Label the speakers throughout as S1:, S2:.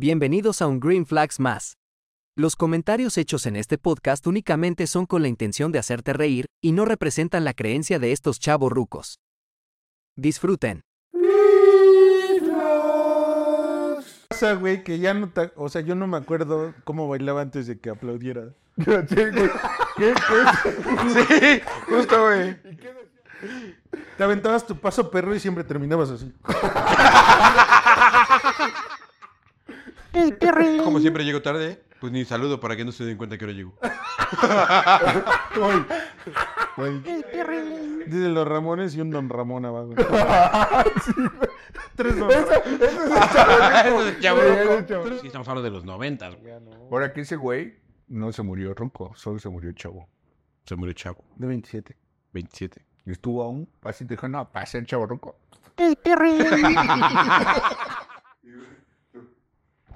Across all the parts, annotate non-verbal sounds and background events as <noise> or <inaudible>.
S1: Bienvenidos a un Green Flags más. Los comentarios hechos en este podcast únicamente son con la intención de hacerte reír y no representan la creencia de estos chavos rucos. Disfruten.
S2: pasa, güey, que ya no te... O sea, yo no me acuerdo cómo bailaba antes de que <laughs> aplaudiera. Sí, justo, güey. Te aventabas tu paso perro y siempre terminabas así.
S3: Como siempre llego tarde, pues ni saludo para que no se den cuenta que ahora <laughs> llego.
S2: Güey. Dice los Ramones y un Don Ramón abajo. Tres Don
S3: Ah, Eso es chavo
S4: Ese
S3: loco.
S4: chavo.
S3: Sí, estamos hablando de los noventas, güey.
S4: Ahora que ese güey no se murió ronco, solo se murió chavo.
S3: Se murió chavo,
S2: De 27.
S3: 27.
S4: Y estuvo a un pasito y dijo, no, para ser chavo ronco. <laughs>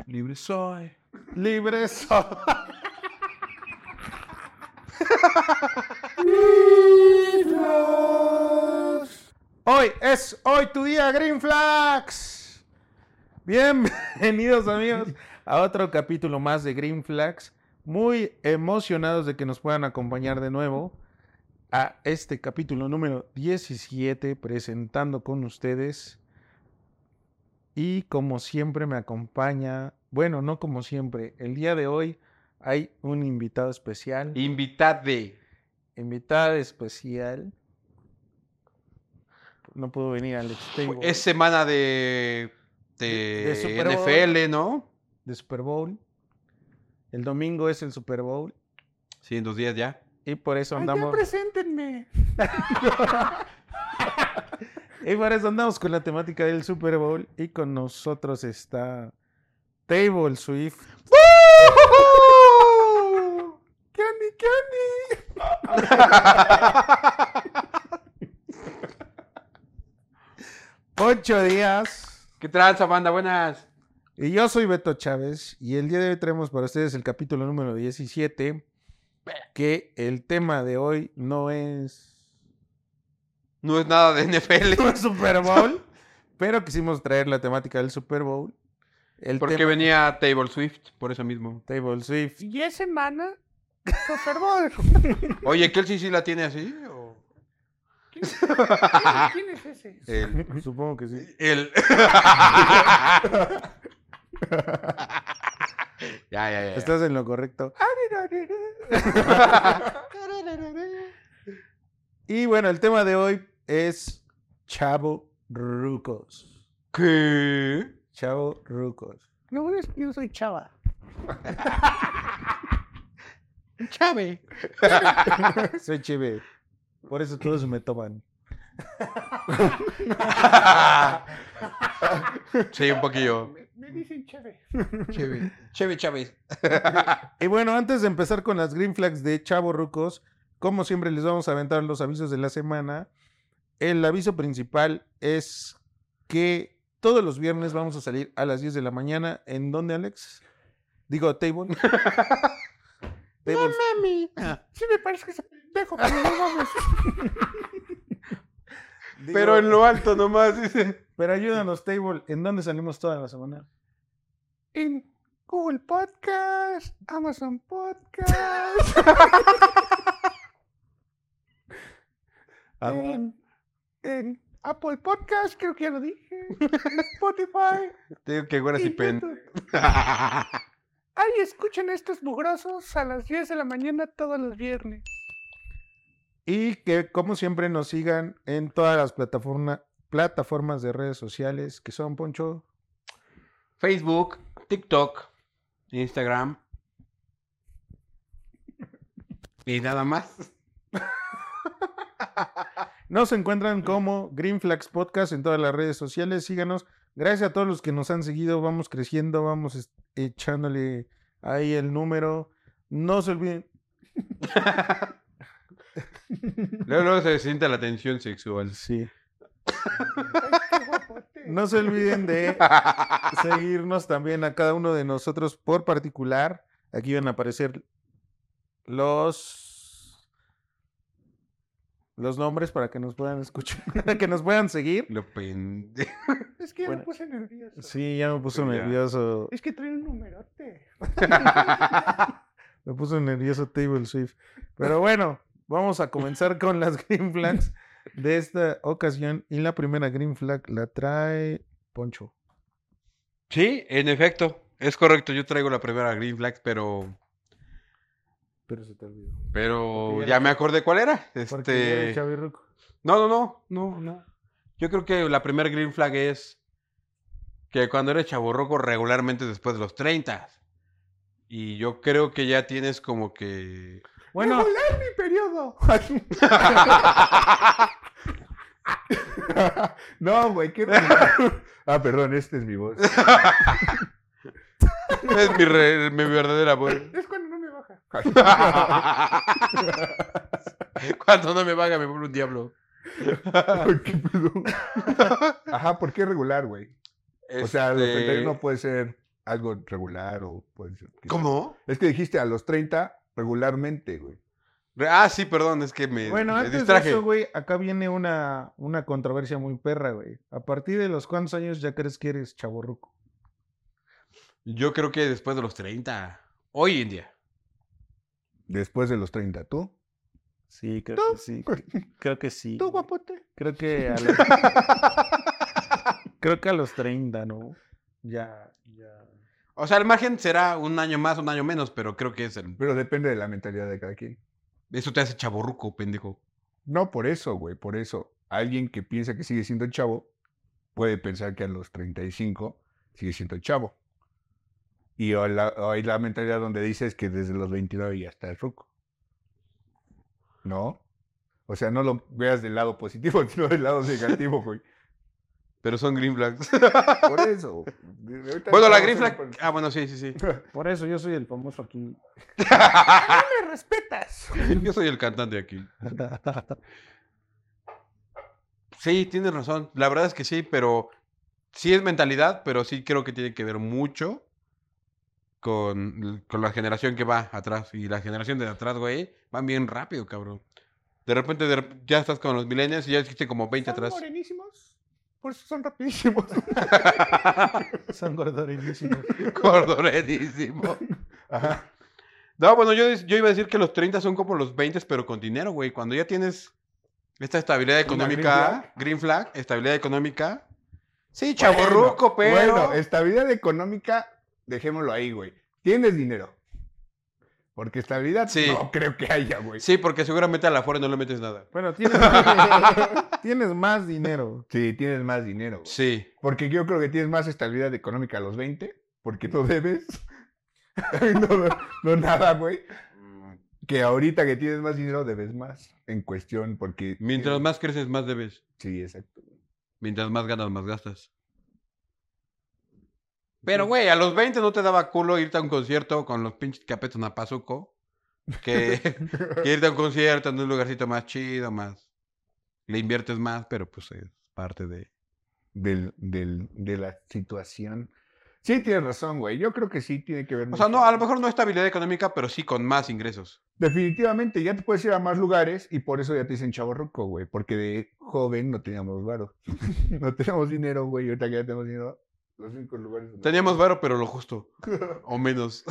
S4: Libre soy.
S2: Libre soy. Hoy es hoy tu día, Green Flags. Bienvenidos amigos a otro capítulo más de Green Flags. Muy emocionados de que nos puedan acompañar de nuevo a este capítulo número 17 presentando con ustedes y como siempre me acompaña, bueno, no como siempre, el día de hoy hay un invitado especial.
S3: Invitade.
S2: Invitada especial. No pudo venir Alex Table
S3: Es semana de, de,
S2: De Super Bowl.
S3: NFL, ¿no?
S2: de Super Bowl. El domingo es el Super Bowl
S3: Sí, en dos días ya.
S2: y por eso andamos... preséntenme! <laughs> y por eso andamos con la temática del Super Bowl y con nosotros está Table Swift. ¡Candy, candy! <laughs> Ocho días.
S3: ¿Qué tranza, banda? Buenas.
S2: Y yo soy Beto Chávez y el día de hoy traemos para ustedes el capítulo número 17, que el tema de hoy no es,
S3: No es nada de NFL.
S2: no es Super Bowl, <laughs> pero quisimos traer la temática del Super Bowl. <laughs> El
S3: Porque
S2: tema-
S3: venía Table Swift, por eso mismo.
S2: Table Swift.
S5: Y es semana, Super Bowl.
S3: Oye, Kelsey sí la tiene así. o?
S5: ¿Quién es ese?
S3: El,
S2: Supongo que sí.
S3: el- <laughs> ya, ya, ya.
S2: Estás en lo <laughs> correcto. Y bueno, el tema de hoy es Chavo Rucos.
S3: ¿Qué?
S2: Chavo Rucos.
S5: No, bueno, es que yo soy chava.
S3: Chave.
S2: Soy chévere. Por eso todos me toman.
S3: sí, un poquillo.
S5: Me, me dicen chévere.
S3: Cheve. Cheve Chávez.
S2: Y bueno, antes de empezar con las green flags de Chavo Rucos, como siempre les vamos a aventar los avisos de la semana. El aviso principal es que todos los viernes vamos a salir a las 10 de la mañana. ¿En dónde, Alex? Digo, Table. Table.
S5: Mami, ah, sí me parece que es pendejo, pero no mames.
S2: Digo,
S3: Pero en lo alto nomás, dice.
S2: pero ayúdanos, Table. ¿En dónde salimos toda la semana?
S5: En Google Podcast, Amazon Podcast, en, en Apple Podcast, creo que ya lo dije, Spotify.
S3: Te digo que güera
S5: y <laughs>
S3: sí pen.
S5: YouTube. Ahí escuchen a estos mugrosos a las 10 de la mañana todos los viernes.
S2: Y que, como siempre, nos sigan en todas las plataforma- plataformas de redes sociales que son Poncho.
S3: Facebook, TikTok, Instagram. Y nada más.
S2: Nos encuentran como Green Flags Podcast en todas las redes sociales. Síganos. Gracias a todos los que nos han seguido. Vamos creciendo, vamos es- echándole ahí el número. No se olviden.
S3: Luego, luego se siente la tensión sexual.
S2: Sí.
S5: Qué guapote.
S2: No se olviden de seguirnos también a cada uno de nosotros por particular. Aquí van a aparecer los los nombres para que nos puedan escuchar, <laughs> que nos puedan seguir.
S3: <laughs> Lo pendejo.
S5: Es que ya
S2: Bueno.
S5: me puse nervioso.
S2: Sí, ya me puso
S3: Ya.
S2: nervioso.
S5: Es que trae un numerote.
S2: Me puso nervioso Table Swift. Pero bueno, vamos a comenzar con las <laughs> green flags de esta ocasión. Y la primera green flag la trae Poncho.
S3: Sí, en efecto. Es correcto. Yo traigo la primera Green Flag, pero.
S2: Pero se te olvidó.
S3: Pero
S2: Porque ya
S3: ya
S2: era-
S3: me acordé cuál era.
S2: Porque ya
S3: Este.
S2: era Xavi Ruco.
S3: No, no, no, no, no. Yo creo que la primera green flag es que cuando eres chaborroco regularmente después de los 30. Y yo creo que ya tienes como que...
S2: Bueno,
S5: ¡Es mi periodo!
S4: <laughs> No, güey, qué. ah, perdón, este es mi voz.
S3: es mi, re- mi verdadera voz.
S4: <laughs>
S5: Es cuando no me baja.
S3: Cuando no me vaga me vuelvo un diablo.
S4: Ay, <laughs> qué pedo. Ajá, ¿por qué regular, güey? O sea, a los
S3: Este,
S4: 31 puede ser algo regular o puede ser. quizás-
S3: ¿Cómo?
S4: Es que dijiste a los 30 regularmente, güey.
S3: Re- Ah, sí, perdón, es que me,
S2: bueno,
S3: me
S2: antes
S3: distraje.
S2: de eso, güey, acá viene una, una controversia muy perra, güey. A partir de los cuántos años ya crees que eres chaborruco.
S3: Yo creo que después de los 30. Hoy en día.
S4: Después de los 30, ¿tú?
S2: Sí, creo que sí. Creo que sí.
S4: ¿Tú, guapote?
S2: Creo que <laughs> a los... creo que a los 30, ¿no? Ya, ya.
S3: O sea, el margen será un año más, un año menos, pero creo que es el...
S4: Pero depende de la mentalidad de cada quien.
S3: Eso te hace chaborruco, pendejo.
S4: No, por eso, güey, por eso. Alguien que piensa que sigue siendo chavo puede pensar que a los 35 sigue siendo chavo. Y o la- o hay la mentalidad donde dices que desde los 29 ya estás ruco. ¿No? O sea, no lo veas del lado positivo, <laughs> sino del lado negativo, güey.
S3: Pero son green flags.
S4: Por eso. De- ahorita
S3: bueno, la green
S4: estamos en
S3: flag.
S4: un-
S3: Ah, bueno, sí, sí, sí.
S2: <laughs> Por eso yo soy el famoso
S3: <laughs>
S2: aquí.
S5: ¡No me respetas!
S3: Yo soy el cantante aquí. Sí, tienes razón. La verdad es que sí, pero sí es mentalidad, pero sí creo que tiene que ver mucho con, con la generación que va atrás. Y la generación de atrás, güey, van bien rápido, cabrón. De repente de rep- ya estás con los millennials y ya existe como 20
S5: ¿Son
S3: atrás.
S5: morenísimos? Por eso son rapidísimos.
S2: Son gordorísimos.
S3: Gordoredísimo. No, bueno, yo, yo iba a decir que los 30 son como los 20, pero con dinero, güey. Cuando ya tienes esta estabilidad económica, green flag, estabilidad económica. Sí, chaborruco, <laughs>
S4: Bueno,
S3: pero.
S4: Bueno, estabilidad económica, dejémoslo ahí, güey. Tienes dinero. Porque estabilidad
S3: Sí.
S4: no creo que haya, güey.
S3: Sí, porque seguramente a la Afore no le metes nada.
S2: Bueno, tienes, tienes más dinero.
S4: Sí, tienes más dinero. güey.
S3: Sí.
S4: Porque yo creo que tienes más estabilidad económica a los 20, porque no debes. <laughs> no, no nada, güey.
S3: Mm.
S4: Que ahorita que tienes más dinero, debes más. En cuestión, porque.
S3: Mientras más creces, más debes.
S4: Sí, exacto.
S3: Mientras más ganas, más gastas. Pero, güey, a los 20 no te daba culo irte a un concierto con los pinches capetos a Pazuco <laughs> que, que irte a un concierto en un lugarcito más chido, más. Le inviertes más, pero pues es parte de.
S4: Del, del- de la situación. Sí, tienes razón, güey. Yo creo que sí tiene que ver.
S3: O sea,
S4: mucho.
S3: no, a lo mejor no estabilidad económica, pero sí con más ingresos.
S4: Definitivamente, ya te puedes ir a más lugares y por eso ya te dicen chavo ruco, güey. Porque de joven no teníamos varo. <laughs> no teníamos dinero, güey. y Ahorita que ya tenemos dinero, los únicos lugares. donde-
S3: Teníamos varo, pero lo <laughs> justo. O <laughs> menos.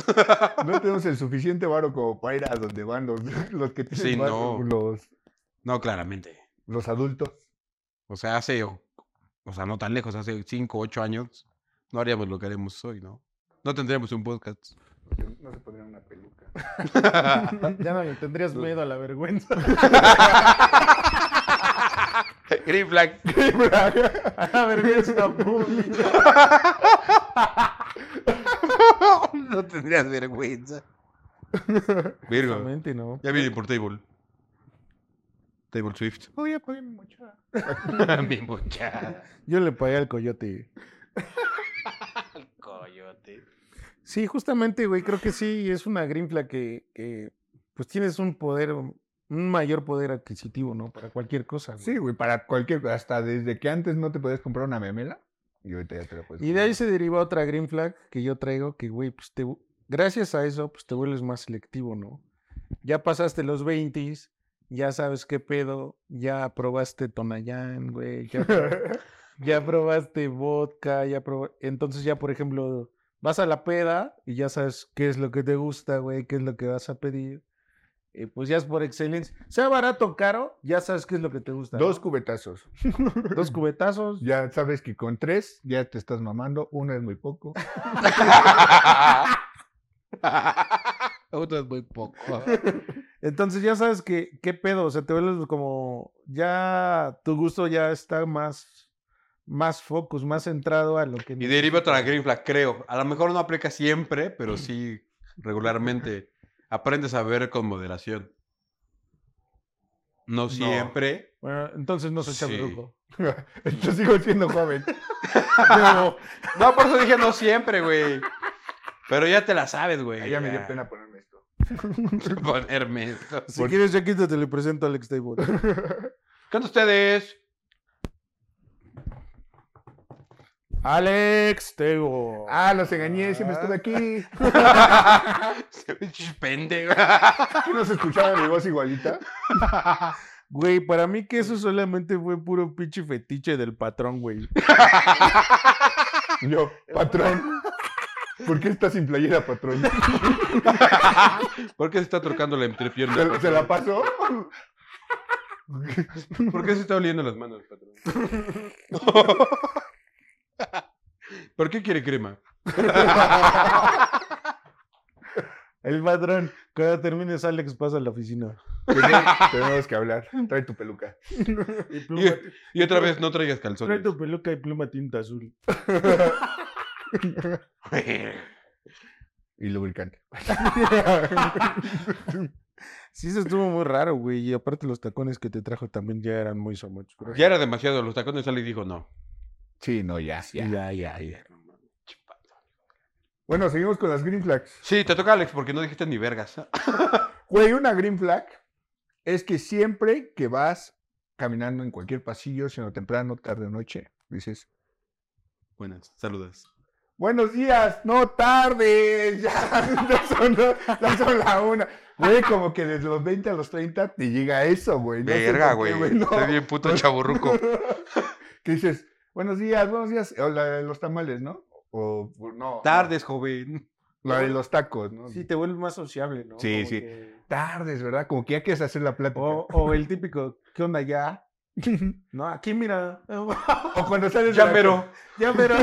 S4: No tenemos el suficiente varo como para ir a donde van los, <laughs> los que tienen
S3: Sí,
S4: varo,
S3: no.
S4: los,
S3: No, claramente.
S4: los adultos.
S3: O sea, hace, o, o sea, no tan lejos, hace 5, 8 años, no haríamos lo que haremos hoy, ¿no? No tendríamos un podcast.
S4: No se pondrían una peluca.
S2: Ya no le tendrías miedo a la vergüenza.
S3: <laughs>
S2: <laughs>
S3: Green flag.
S2: A la vergüenza pública.
S3: <laughs> no tendrías <laughs> vergüenza. Virgo.
S2: Exactamente, ¿no?
S3: Ya viene por Table. Table Swift.
S5: Voy a poner mi mochada.
S3: <laughs> Mi muchacha.
S2: Yo le pagué al coyote.
S3: Coyote.
S2: Sí, justamente, güey, creo que sí, es una grinfla que, que, pues tienes un poder, un mayor poder adquisitivo, ¿no? Para cualquier cosa. güey.
S4: Sí, güey, para cualquier. Hasta desde que antes no te podías comprar una memela y ahorita ya te la puedes
S2: Y de ahí
S4: comprar.
S2: se deriva otra green flag que yo traigo, que, güey, pues te, vu- gracias a eso, pues te vuelves más selectivo, ¿no? Ya pasaste los 20, ya sabes qué pedo, ya probaste Tonayán, güey, ya, pro- ya probaste vodka, ya probaste... Entonces ya, por ejemplo, vas a la peda y ya sabes qué es lo que te gusta, güey, qué es lo que vas a pedir. Y pues ya es por excelencia. Sea barato o caro, ya sabes qué es lo que te gusta. ¿no?
S4: Dos cubetazos.
S2: Dos cubetazos.
S4: Ya sabes que con tres ya te estás mamando. Uno es muy poco.
S3: Otro es muy <laughs> poco.
S2: Entonces ya sabes que, qué pedo, o sea, te vuelves como, ya tu gusto ya está más, más focus, más centrado a lo que...
S3: Y deriva otra green flag, creo. A lo mejor no aplica siempre, pero sí regularmente aprendes a ver con moderación. No siempre.
S2: Bueno, entonces no soy
S3: Sí.
S2: chaburruco.
S4: Yo sigo siendo joven.
S3: No. por eso dije no siempre, güey. Pero ya te la sabes, güey.
S4: Ya me dio pena ponerme esto.
S3: ponerme esto.
S2: Si quieres, ya quítate, le presento a Alex Table.
S3: ¿Qué onda ustedes?
S2: <laughs> Alex Table.
S4: Ah, los engañé, siempre estuve
S5: Ah.
S4: aquí.
S3: Se me pendejo.
S4: ¿Tú no se escuchaba mi voz igualita?
S2: Güey, para mí que eso solamente fue puro pinche fetiche del patrón, güey.
S4: Yo, patrón. ¿Por qué estás sin playera, patrón?
S3: <laughs> ¿Por qué se está trocando la entrepión?
S4: ¿Se, se la pasó?
S3: ¿Por qué se está oliendo las manos,
S4: <laughs>
S3: patrón? ¿Por qué quiere crema?
S2: El patrón, cuando termines, Alex pasa a la oficina.
S4: Tenemos, tenemos que hablar. Trae tu peluca.
S2: Y
S3: Y,
S2: pluma-
S3: y otra vez, no traigas
S2: trae
S3: calzones.
S2: tu peluca y pluma tinta azul.
S4: Y lubricante.
S2: Sí, eso estuvo muy raro, güey. Y aparte los tacones que te trajo también ya eran muy somochos. pero-
S3: ya era demasiado, los tacones sale y dijo no.
S4: Sí, no, ya,
S2: Sí, ya, ya, ya.
S4: Bueno, seguimos con las green flags.
S3: Sí, te toca Alex porque no dijiste ni vergas. <laughs>
S4: Güey, una green flag es que siempre que vas caminando en cualquier pasillo, sino temprano, tarde o noche, dices,
S3: Buenas, saludas.
S4: buenos días, no tarde, <laughs> ya, ya son, ya son la una. Güey, como que desde los 20 a los 30 te llega eso, güey. no sé
S3: Verga,
S4: por qué,
S3: güey.
S4: no.
S3: Estoy bien puto
S4: <laughs>
S3: chaburruco.
S4: que dices, buenos días, buenos días, o la de los tamales, ¿no? O, o no.
S3: Tardes, joven.
S4: La de los tacos, ¿no?
S2: Sí, te vuelve más sociable, ¿no?
S4: Sí,
S2: Como
S4: sí.
S2: que-
S4: Tardes, ¿verdad? Como que ya quieres hacer la plática.
S3: Oh.
S2: O, o el típico, ¿qué onda ya? No, aquí mira.
S4: O cuando sales
S3: Ya
S4: de la-
S3: mero.
S2: Ya pero.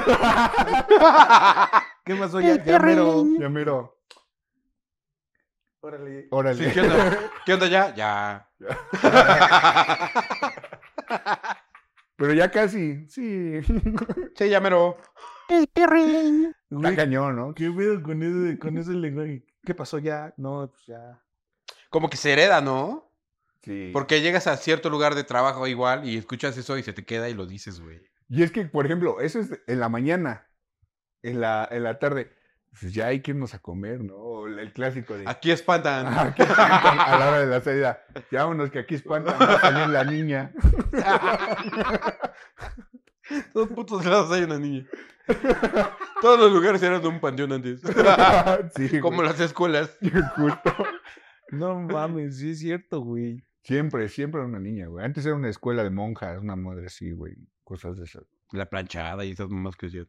S2: <laughs> ¿Qué pasó ya? Ya mero.
S4: Ya mero.
S2: Órale.
S4: Órale.
S3: Sí, ¿qué
S4: <laughs>
S3: onda? ¿Qué onda ya? Ya.
S4: Pero ya casi. Sí.
S3: Sí, ya mero.
S4: Está
S2: Güey,
S4: cañón, ¿no?
S2: ¿Qué pedo con ese, con ese lenguaje? ¿Qué pasó ya? No, pues ya.
S3: Como que se hereda, ¿no?
S4: Sí.
S3: Porque llegas a cierto lugar de trabajo igual y escuchas eso y se te queda y lo dices, güey.
S4: Y es que, por ejemplo, eso es en la mañana. En la, en la tarde. Pues ya hay que irnos a comer, ¿no? O El, el clásico de.
S3: Aquí espantan.
S4: "Ah, aquí espantan", <laughs> a la hora de la salida. Ya vámonos que aquí espantan. va a salir la niña.
S3: <laughs> Todos putos lados hay una
S4: <laughs>
S3: niña. Todos los lugares eran de un panteón antes.
S4: sí.
S3: <laughs> Como
S4: güey,
S3: las escuelas.
S4: justo.
S2: No mames, sí es cierto, güey.
S4: Siempre, siempre era una niña, güey. Antes era una escuela de monjas, una madre así, güey. Cosas de esas.
S3: La planchada y esas mamás que hacían.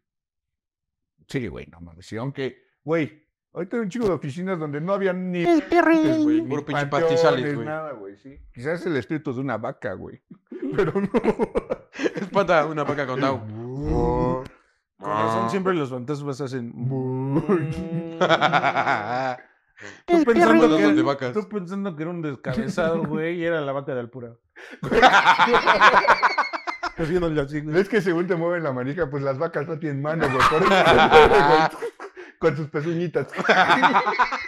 S4: Sí, güey, no mames. Sí, aunque, güey, ahorita hay un chico de oficinas donde no había ni. pasteles, güey, ni
S3: Puro pinche
S4: panteones,
S3: pastizales, güey.
S4: Nada, güey, sí. Quizás el espíritu de una vaca, güey. Pero no.
S3: Espanta una vaca con Down.
S2: Con razón siempre los fantasmas hacen.
S3: Ah. <laughs>
S2: Tú pensando,
S3: Fantasmas de
S2: que,
S3: vacas.
S2: tú pensando que era un descabezado, <laughs> güey, y era la vaca de Alpura. Haciéndole así, güey.
S4: ¿Ves que según te mueven la manija, pues las vacas no tienen mano, güey. por eso se mueve, güey, Con sus pezuñitas.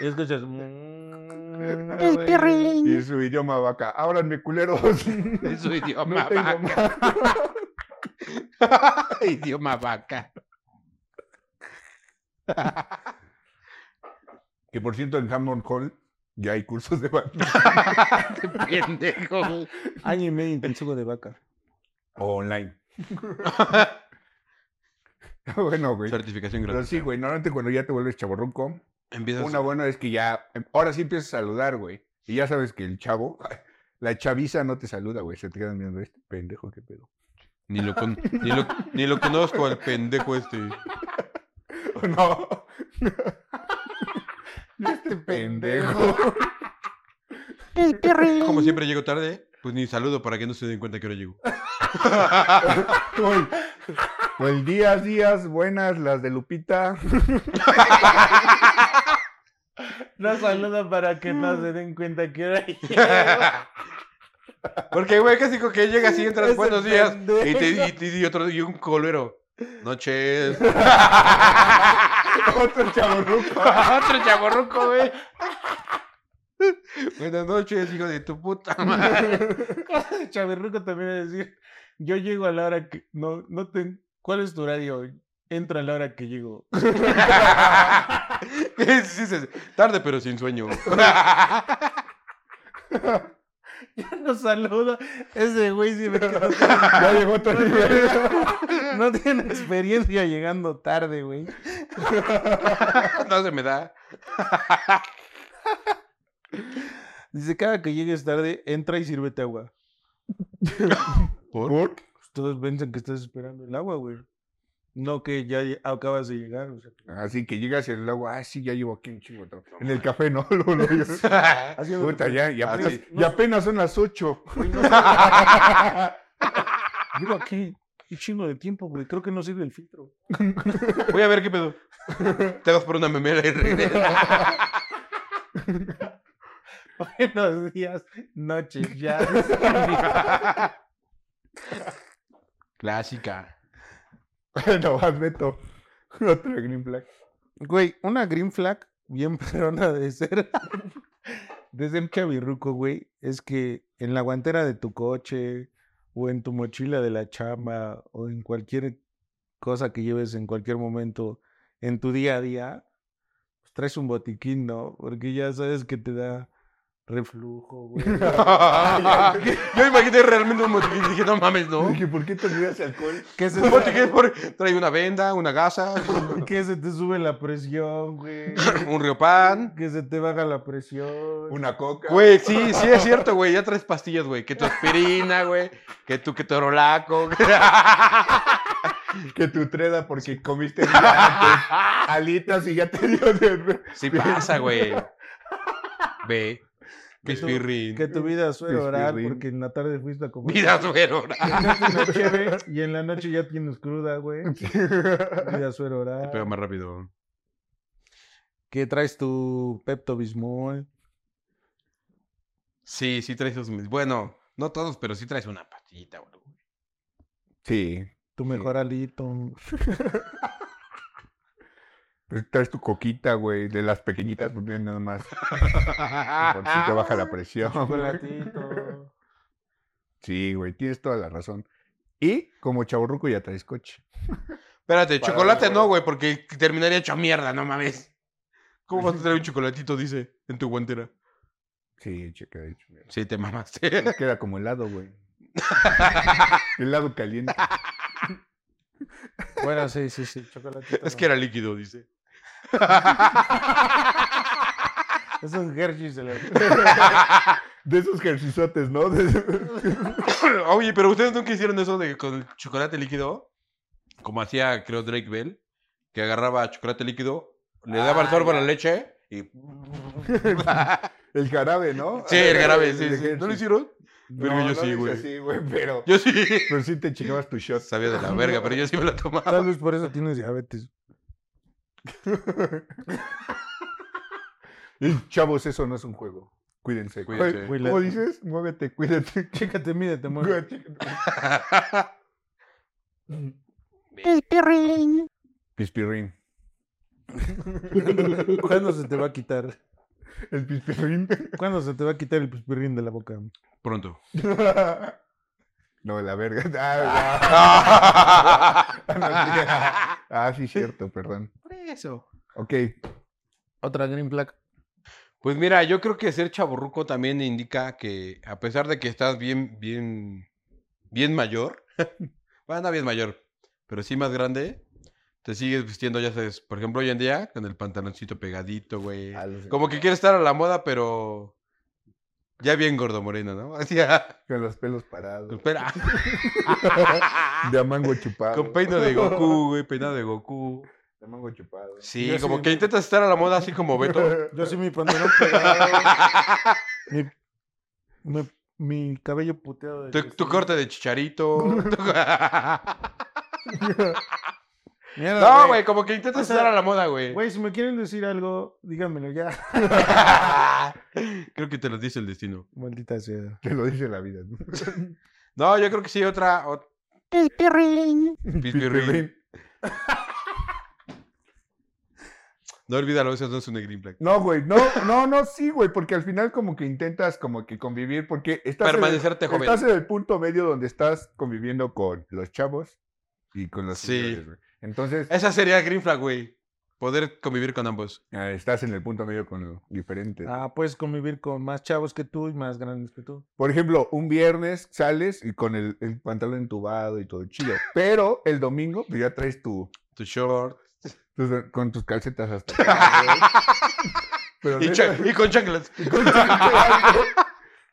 S2: Y escuchas.
S5: El perrilín.
S4: Y su idioma vaca. Ábranme, culeros. <laughs>
S3: Es su idioma
S4: No tengo
S3: vaca. <laughs>
S4: más.
S3: idioma vaca.
S4: Que por cierto, en Hammond Hall ya hay cursos de vaca.
S3: Pendejo.
S2: Año y medio intensivo de vaca.
S4: O online. bueno, güey.
S3: Certificación
S4: Pero
S3: gratis.
S4: sí, güey, normalmente cuando ya te vuelves chaborruco,
S3: Empiezas.
S4: em, una buena es que ya, ahora sí empiezas a saludar, güey. Y ya sabes que el chavo <laughs> La chaviza no te saluda, güey. Se te quedan viendo este pendejo, qué pedo.
S3: Ni lo, con- ni lo- ni lo conozco al pendejo este.
S4: No. este pendejo.
S3: Como siempre llego tarde, pues ni saludo para que no se den cuenta que ahora llego.
S4: Uy. Pues días, días, buenas las de Lupita.
S2: No saluda para que no se den cuenta que era
S3: Porque, güey, casi como que llega así, entras
S2: Ese
S3: buenos días. Y, te,
S2: pendejo.
S3: y, te- y otro, y un colero. Noches.
S4: Otro chavorruco.
S3: otro chaborruco, güey. Buenas noches, hijo de tu puta madre.
S2: Chaverruco también va a decir, yo llego a la hora que... No, no te... ¿Cuál es tu horario? Entra a la hora que llego.
S3: Sí, sí, sí. Tarde, pero sin sueño.
S2: Ya no saluda. Ese güey sí ve que <laughs> no
S4: Ya llegó
S2: <laughs>
S4: otro nivel.
S2: tiene, no tiene experiencia llegando tarde, güey.
S3: No se me da.
S2: Dice, cada que llegues tarde, entra y sírvete agua.
S4: ¿Por?
S2: Pues todos piensan que estás esperando el agua, güey. No que ya lle- acabas de llegar. o sea.
S4: Así que llegas en el agua, ah, sí, ya llevo aquí un chingo. de trabajo. En el café, ¿no? <laughs> Luego, luego llegas.
S2: Así es lo que
S4: Puta,
S2: pasa.
S4: ya, ya
S3: Ah,
S4: apenas,
S3: sí.
S4: ya apenas son las 8.
S2: Llevo aquí un chingo de tiempo, güey. Creo que no sirve el <laughs> filtro.
S3: Voy a ver qué pedo. Te vas por una memera y regresas.
S2: Buenos días, noches, ya.
S3: Clásica.
S4: <laughs> no vas, Beto. Otro green flag.
S2: Güey, una green flag
S4: <laughs>
S2: bien perrona de <laughs> ser. De ser chavirruco, güey, es que en la guantera de tu coche, o en tu mochila de la chamba, o en cualquier cosa que lleves en cualquier momento, en tu día a día, pues, traes un botiquín, ¿no? Porque ya sabes que te da reflujo, <laughs> güey.
S3: Yo imaginé realmente un motiquín. Dije, no mames, ¿no?
S2: "Pues,
S4: Dije, ¿por qué te olvidas el alcohol?
S2: que, se,
S3: Un motiquín por... Trae una venda, una gasa,
S2: <laughs> que se te sube la presión, güey.
S3: un riopan.
S2: Que se te baja la presión.
S4: Una coca. <laughs>
S3: Güey, sí, sí es cierto, güey. Ya traes pastillas, güey. Que tu aspirina, güey. Que tu que tu orolaco. <laughs>
S4: Que tu treda porque comiste <laughs> bien antes, alitas y ya te
S3: <laughs>
S4: dio de...
S3: Sí pasa, güey. Ve.
S2: Que tu-
S3: Pispirrin.
S2: Que tu vida suele
S4: Pispirrín.
S2: orar porque en la tarde fuiste a comer.
S3: Vida <laughs> suerora.
S2: Tomaste una cheve y en la noche ya tienes cruda, güey. Vida suele orar.
S3: Pero más rápido.
S2: Que traes tu Pepto Bismol.
S3: Sí, sí traes esos. Bueno, no todos, pero sí traes una pastillita, güey.
S4: Sí.
S2: Tu mejor alito.
S4: Pues traes tu coquita, güey, de las pequeñitas, porque nada más. Por si te
S3: <laughs>
S4: baja la presión.
S2: Chocolatito.
S4: Sí, güey, tienes toda la razón. Y como chaburruco ya traes coche.
S3: Espérate,
S4: Para
S3: chocolate
S4: mí,
S3: no, güey, porque terminaría hecho mierda, no mames. ¿Cómo vas a <laughs> traer un chocolatito, dice, en tu guantera?
S4: Sí, checa, de hecho. mira.
S3: Sí, te mamaste.
S4: Queda como helado, güey. helado caliente.
S2: Bueno, sí, sí, sí, chocolatito.
S3: <laughs> es
S2: no.
S3: que era líquido, dice. <clears throat>
S2: Es un Hershey's de la...
S4: De esos ejercizotes, ¿no? De- <laughs>
S3: Oye, pero ustedes nunca hicieron eso de con el chocolate líquido, como hacía, creo, Drake Bell, que agarraba chocolate líquido, le daba el sorbo a la leche y...
S4: El jarabe, ¿no?
S3: Sí, el <laughs> grave, sí,
S4: El
S3: sí. ¿No lo
S4: ejercicio.
S3: hicieron? Pero yo sí,
S4: lo hice
S3: güey.
S4: así, güey, pero,
S3: Yo sí.
S4: pero sí te checabas tu shot.
S3: Sabía de la verga, pero yo sí me lo tomaba.
S2: Tal vez por eso tienes diabetes.
S4: Y, chavos, eso no es un juego. Cuídense.
S3: Cuídense.
S4: ¿Cómo- ¿Cómo dices? Muévete, cuídate.
S3: <laughs>
S2: Chécate, mídete, mueve.
S4: Güey, chica- Pispirrín.
S2: <laughs> ¿Cuándo se te va a quitar?
S4: El pispirrín.
S2: ¿Cuándo se te va a quitar el pispirrín de la boca?
S3: Pronto.
S4: No, la verga. <laughs> Ah, no, no, sí. Ah, sí, cierto, perdón.
S3: Por eso.
S4: Ok.
S2: Otra green flag.
S3: Pues mira, yo creo que ser chaborruco también indica que a pesar de que estás bien, bien, bien mayor, <laughs> bueno, no bien mayor, pero sí más grande, te sigues vistiendo, ya sabes, por ejemplo, hoy en día con el pantaloncito pegadito, güey.
S4: A los-
S3: Como que quieres estar a la moda, pero Ya bien gordo moreno, ¿no? <laughs> ah, Hacía.
S4: Con los pelos parados.
S3: Espera.
S4: De a mango chupado.
S3: Ah. Con peino de Goku, güey, peinado de Goku.
S4: <laughs> De mango chupado.
S3: Sí,
S2: Yo sí
S3: como
S2: me-
S3: que intentas estar a la moda así como
S4: <laughs>
S3: Beto.
S2: Yo sí mi pantalón pegado. mi, mi- mi cabello puteado. de
S3: Tu, tu
S2: cristal.
S3: corte de
S4: <laughs>
S3: chicharito.
S2: Mierda,
S3: no, güey, como que intentas
S2: O sea,
S3: estar a la moda, güey.
S2: Güey, si me quieren decir algo, díganmelo ya.
S3: <laughs> Creo que te lo dice el destino.
S2: Maldita sea.
S4: Te lo dice la vida.
S3: No, yo creo que sí, otra. ot- Pispirrín. No olvídalo, esas no es un green flag.
S4: No, güey, no, no, no, sí, güey, porque al final como que intentas como que convivir, porque estás, en el-
S3: Permanecerte joven.
S4: estás en el punto medio donde estás conviviendo con los chavos y con los
S3: Sí.
S4: señores, güey. Entonces,
S3: Esa sería green flag, güey. Poder convivir con ambos.
S4: eh, estás en el punto medio con los diferentes.
S2: Ah, puedes convivir con más chavos que tú y más grandes que tú.
S4: Por ejemplo, un viernes <laughs> sales y con el, el pantalón entubado y todo chido, pero el domingo pues ya traes tu,
S3: Tu short.
S4: tus- con tus
S2: <laughs>
S4: calcetas hasta acá, güey. Pero
S3: Y,
S4: neta,
S3: cha- y con chanclas.
S4: y con chanclas, güey.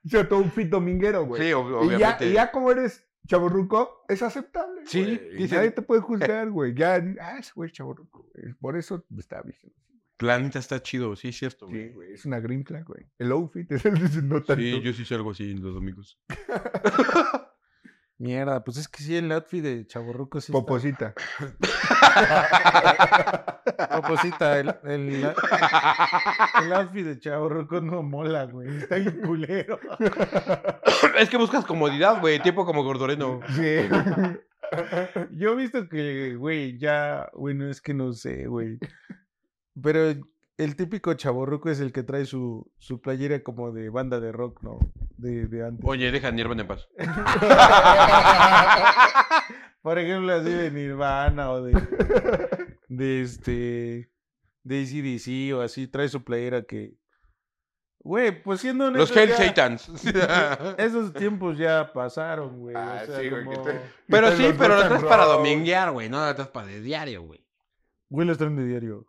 S4: Ya todo un fit dominguero, güey.
S3: Sí, ob-
S4: Y ya,
S3: obviamente.
S4: y ya como eres chaborruco, es aceptable.
S3: Sí,
S4: güey.
S3: dice-
S4: Nadie te puede juzgar, güey. Ya, ah, ese güey es chaborruco. güey. Por eso está bien.
S3: La neta está chido, sí, es cierto. güey.
S4: Sí, güey. Es una green flag, güey. El outfit es el <laughs> de no tanto.
S3: Sí, yo sí hice algo así los domingos.
S2: Mierda, pues es que sí, el outfit de chaborruco sí. está-
S4: Poposita.
S2: Poposita, el, el, el outfit de chaborruco no mola, güey. Está bien culero.
S3: es que buscas comodidad, güey. Tiempo como gordoreno.
S4: Sí.
S2: Yo he visto que, güey, ya, bueno, es que no sé, güey. Pero el típico chaborruco es el que trae su, su playera como de banda de rock, ¿no? De, de antes.
S3: Oye, deja a Nirvana en paz.
S2: Por ejemplo, así de Nirvana o de, de este, de ACDC o así, trae su playera que, güey, pues siendo
S3: Los
S2: honestos,
S3: Hell
S2: ya-
S3: <laughs> Satans.
S2: Esos tiempos ya pasaron, güey. o
S4: Ah,
S2: sea,
S4: sí, güey, que
S2: como-
S4: te-
S3: pero
S4: Están
S3: sí,
S4: los
S3: pero
S4: rock
S3: la
S4: and
S3: traes para
S4: roll.
S3: dominguear, güey. No la traes para de diario, güey.
S2: Güey, los traen de diario.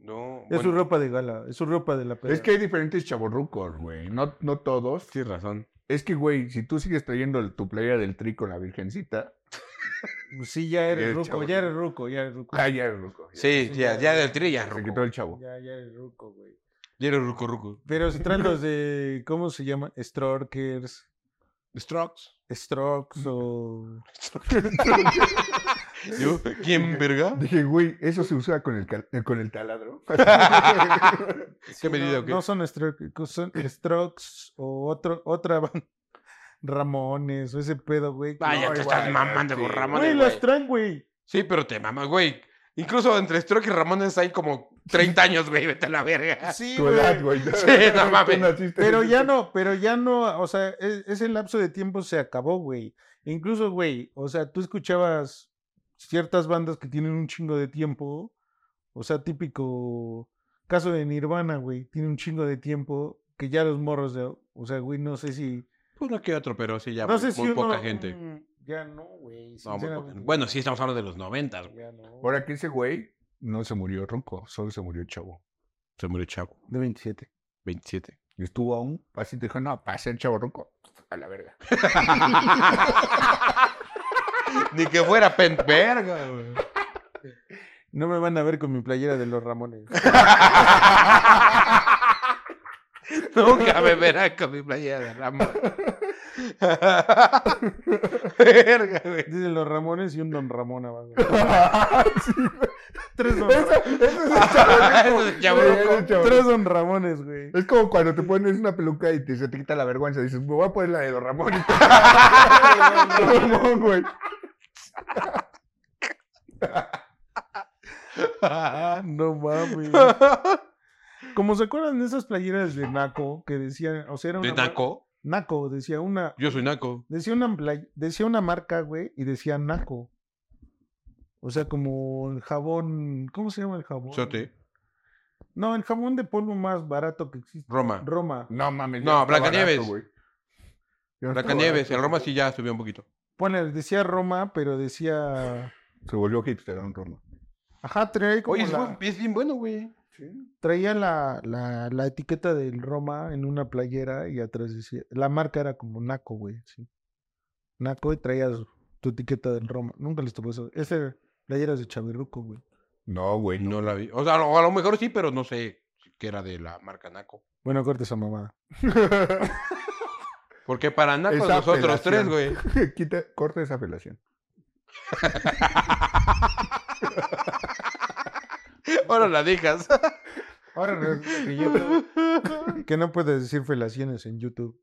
S3: No.
S2: Es su ropa de gala, es su ropa de la peda.
S4: Es que hay diferentes chaborrucos, güey. No, no todos.
S3: Tienes razón.
S4: Es que, güey, si tú sigues trayendo el- tu playera del tri con la virgencita,
S2: Sí, ya eres
S4: El
S2: ruco,
S4: chavo.
S2: ya eres ruco, ya eres ruco.
S4: ah, ya eres ruco. ya.
S3: Sí,
S2: Sí,
S3: ya,
S2: ya.
S3: ya del tri ya,
S4: Se quitó
S3: ruco.
S4: el chavo.
S2: Ya, ya eres ruco, güey.
S3: Ya eres ruco, ruco.
S2: Pero se traen los de, ¿cómo se llama? Strokers,
S3: Strokes.
S2: Strokes o...
S3: Yo, ¿Quién, verga? <laughs>
S4: Dije, güey, ¿eso se usa con el, cal- eh, con el taladro? <laughs>
S3: ¿Qué medida
S2: no,
S3: o qué?
S2: no son Strokes, son Strokes o otro, otra <laughs> banda. Ramones o ese pedo, güey. que-
S3: Vaya,
S4: No,
S3: te
S4: igual,
S3: estás mamando
S4: sí.
S3: con
S2: Güey,
S3: Ramones,
S2: los
S3: güey.
S2: traen, güey.
S3: Sí, pero te mamas, güey. Incluso entre Stroke y Ramones hay como 30 años, güey. Vete a la verga.
S2: Sí,
S4: tu
S2: güey.
S4: edad, güey.
S3: Sí, no
S4: <laughs> Tú
S3: mames.
S4: naciste
S2: Pero
S4: en
S2: ya
S3: <laughs>
S4: ese-
S2: no, pero ya no, o sea, e- ese lapso de tiempo se acabó, güey. Incluso, güey, o sea, tú escuchabas ciertas bandas que tienen un chingo de tiempo, o sea, típico caso de Nirvana, güey, tiene un chingo de tiempo que ya los morros, de, o sea, güey, no sé si...
S3: pues, Uno que otro, pero sí, ya
S2: no
S3: muy,
S2: sé si
S3: muy
S2: uno-
S3: poca gente.
S2: mm, Ya no, güey.
S3: No, muy poca
S2: sinceramente,
S3: Bueno, sí, estamos hablando de los 90, güey.
S2: ya no.
S4: Ahora que ese güey no se murió ronco, solo se murió chavo.
S3: Se murió Chavo,
S2: De 27.
S3: 27.
S4: Y estuvo a un pasito y dijo, no, para ser chavo ronco, a la verga.
S3: Ni que fuera Pentverga, güey.
S2: No me van a ver con mi playera de los Ramones. <laughs>
S3: <laughs> Nunca me verás con mi playera de Ramón. <laughs> Verga, <laughs> güey.
S2: Dicen los Ramones y un Don Ramón abajo.
S4: Sí, güey. <laughs>
S2: Tres Don
S4: Ese- ese es el chavo
S3: Eso es
S4: ronco.
S3: chavo
S4: Ese es
S3: ronco.
S4: el chavo
S2: Tres
S4: ronco.
S2: Don Ramones, güey.
S4: Es como cuando te pones una peluca y te, se te quita la vergüenza. Dices, me voy a poner la de los
S2: <laughs>
S4: Ramones. <laughs> Ramón, güey.
S2: No mames. Como se acuerdan de esas playeras de Naco que decían, o sea, era una
S3: ¿De
S2: mar-
S3: Naco?
S2: Naco decía una
S3: Yo soy Naco.
S2: decía una play- decía una marca, güey, y decía Naco. O sea, como el jabón, ¿cómo se llama el jabón?
S3: Sote.
S2: No, el jabón de polvo más barato que existe.
S3: Roma.
S2: Roma.
S4: No mames.
S3: No,
S4: ya está
S3: Blancanieves.
S4: barato, güey. Ya está
S3: Blancanieves.
S4: barato.
S3: El Roma sí ya subió un poquito.
S2: Ponle, decía Roma, pero decía
S4: Se volvió hipster en Roma.
S2: Ajá, trae como
S3: Oye, es,
S2: la-
S3: buen- es bien bueno, güey.
S2: Traía la, la- la etiqueta del Roma en una playera y atrás decía. La marca era como Naco, güey. sí. Naco y traías tu etiqueta del Roma. Nunca les tocó eso. Ese playera es de Chavirruco, güey.
S4: No, güey. <laughs>
S3: No la vi. O sea, a lo, a lo mejor sí, pero no sé que era de la marca Naco.
S2: Bueno, corta esa mamada.
S3: Porque para Naco
S4: Esa
S3: nosotros tres,
S4: apelación.
S3: güey. <laughs>
S4: Quita, corta esa apelación.
S3: Ahora la dejas.
S2: Ahora re- que yo- que no puedes decir felaciones en YouTube.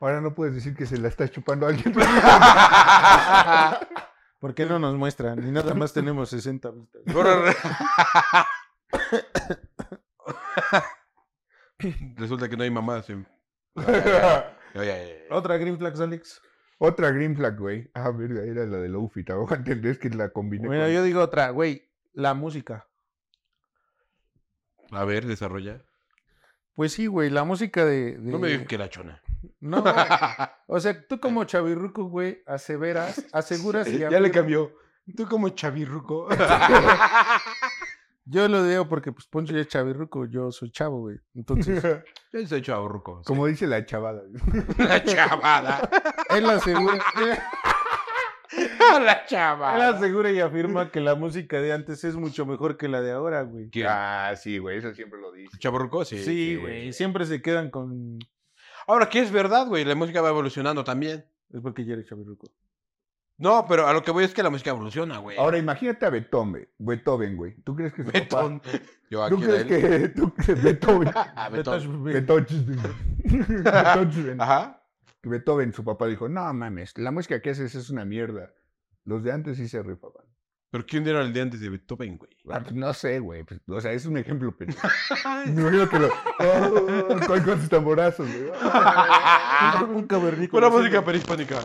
S4: Ahora no puedes decir que se la está chupando alguien.
S2: ¿Por qué no nos muestran? Y nada más tenemos 60 vistas.
S3: Ahora re- <laughs> Resulta que no hay mamadas. en- Ay, ay, ay.
S2: Otra Green Flags, Alex.
S4: Otra green flag, güey. Ah, verga, era la del outfit. Ahora <laughs> entendés que la combiné
S2: Bueno,
S4: con-
S2: yo digo otra, güey. La música.
S3: A ver, desarrolla.
S2: Pues sí, güey, la música de.
S3: No me
S2: de-
S3: digas que la chona. <laughs>
S2: No, o sea, tú como chavirruco, güey, aseveras, aseguras y
S3: Eh, Ya le
S2: afirmas-
S3: cambió. Tú como <laughs> chavirruco.
S2: Yo lo digo porque, pues, Poncho ya es chavirruco, yo soy chavo, güey. Entonces,
S3: Yo soy chavorruco.
S4: Como dice la chavada.
S3: La chavada.
S2: él asegura, él,
S3: <laughs> La
S2: él
S3: chavada.
S2: asegura y afirma que la música de antes es mucho mejor que la de ahora, güey.
S3: ¿Quién?
S4: Ah, sí, güey. Eso siempre lo dice.
S3: ¿Chavorruco? Sí.
S2: Sí,
S4: sí,
S2: güey,
S4: güey.
S2: siempre se quedan con...
S3: Ahora que es verdad, güey, la música va evolucionando también.
S2: Es porque ya eres chavirruco.
S3: No, pero a lo que voy es que la música evoluciona, güey.
S4: Ahora imagínate a Beethoven, Beethoven, güey. ¿Tú crees que su
S3: Betón. Yo
S4: papá-
S3: aquí
S4: ¿Tú
S3: era
S4: crees
S3: él. <laughs>
S4: que tú crees Beethoven?
S3: Ah, Betón.
S4: Beethoven. Beethoven.
S3: Ajá.
S4: Beethoven, su papá dijo, no mames, la música que haces es una mierda. Los de antes sí se rifaban.
S3: Pero ¿quién era el de antes de Beethoven, güey?
S4: Ah, pues, no sé, güey. pues, o sea, es un ejemplo, pero. Me imagino que lo. Oh, con, con sus tamborazos, güey.
S3: <laughs>
S4: <laughs>
S2: Un cavernícola.
S3: Con la música prehispánica.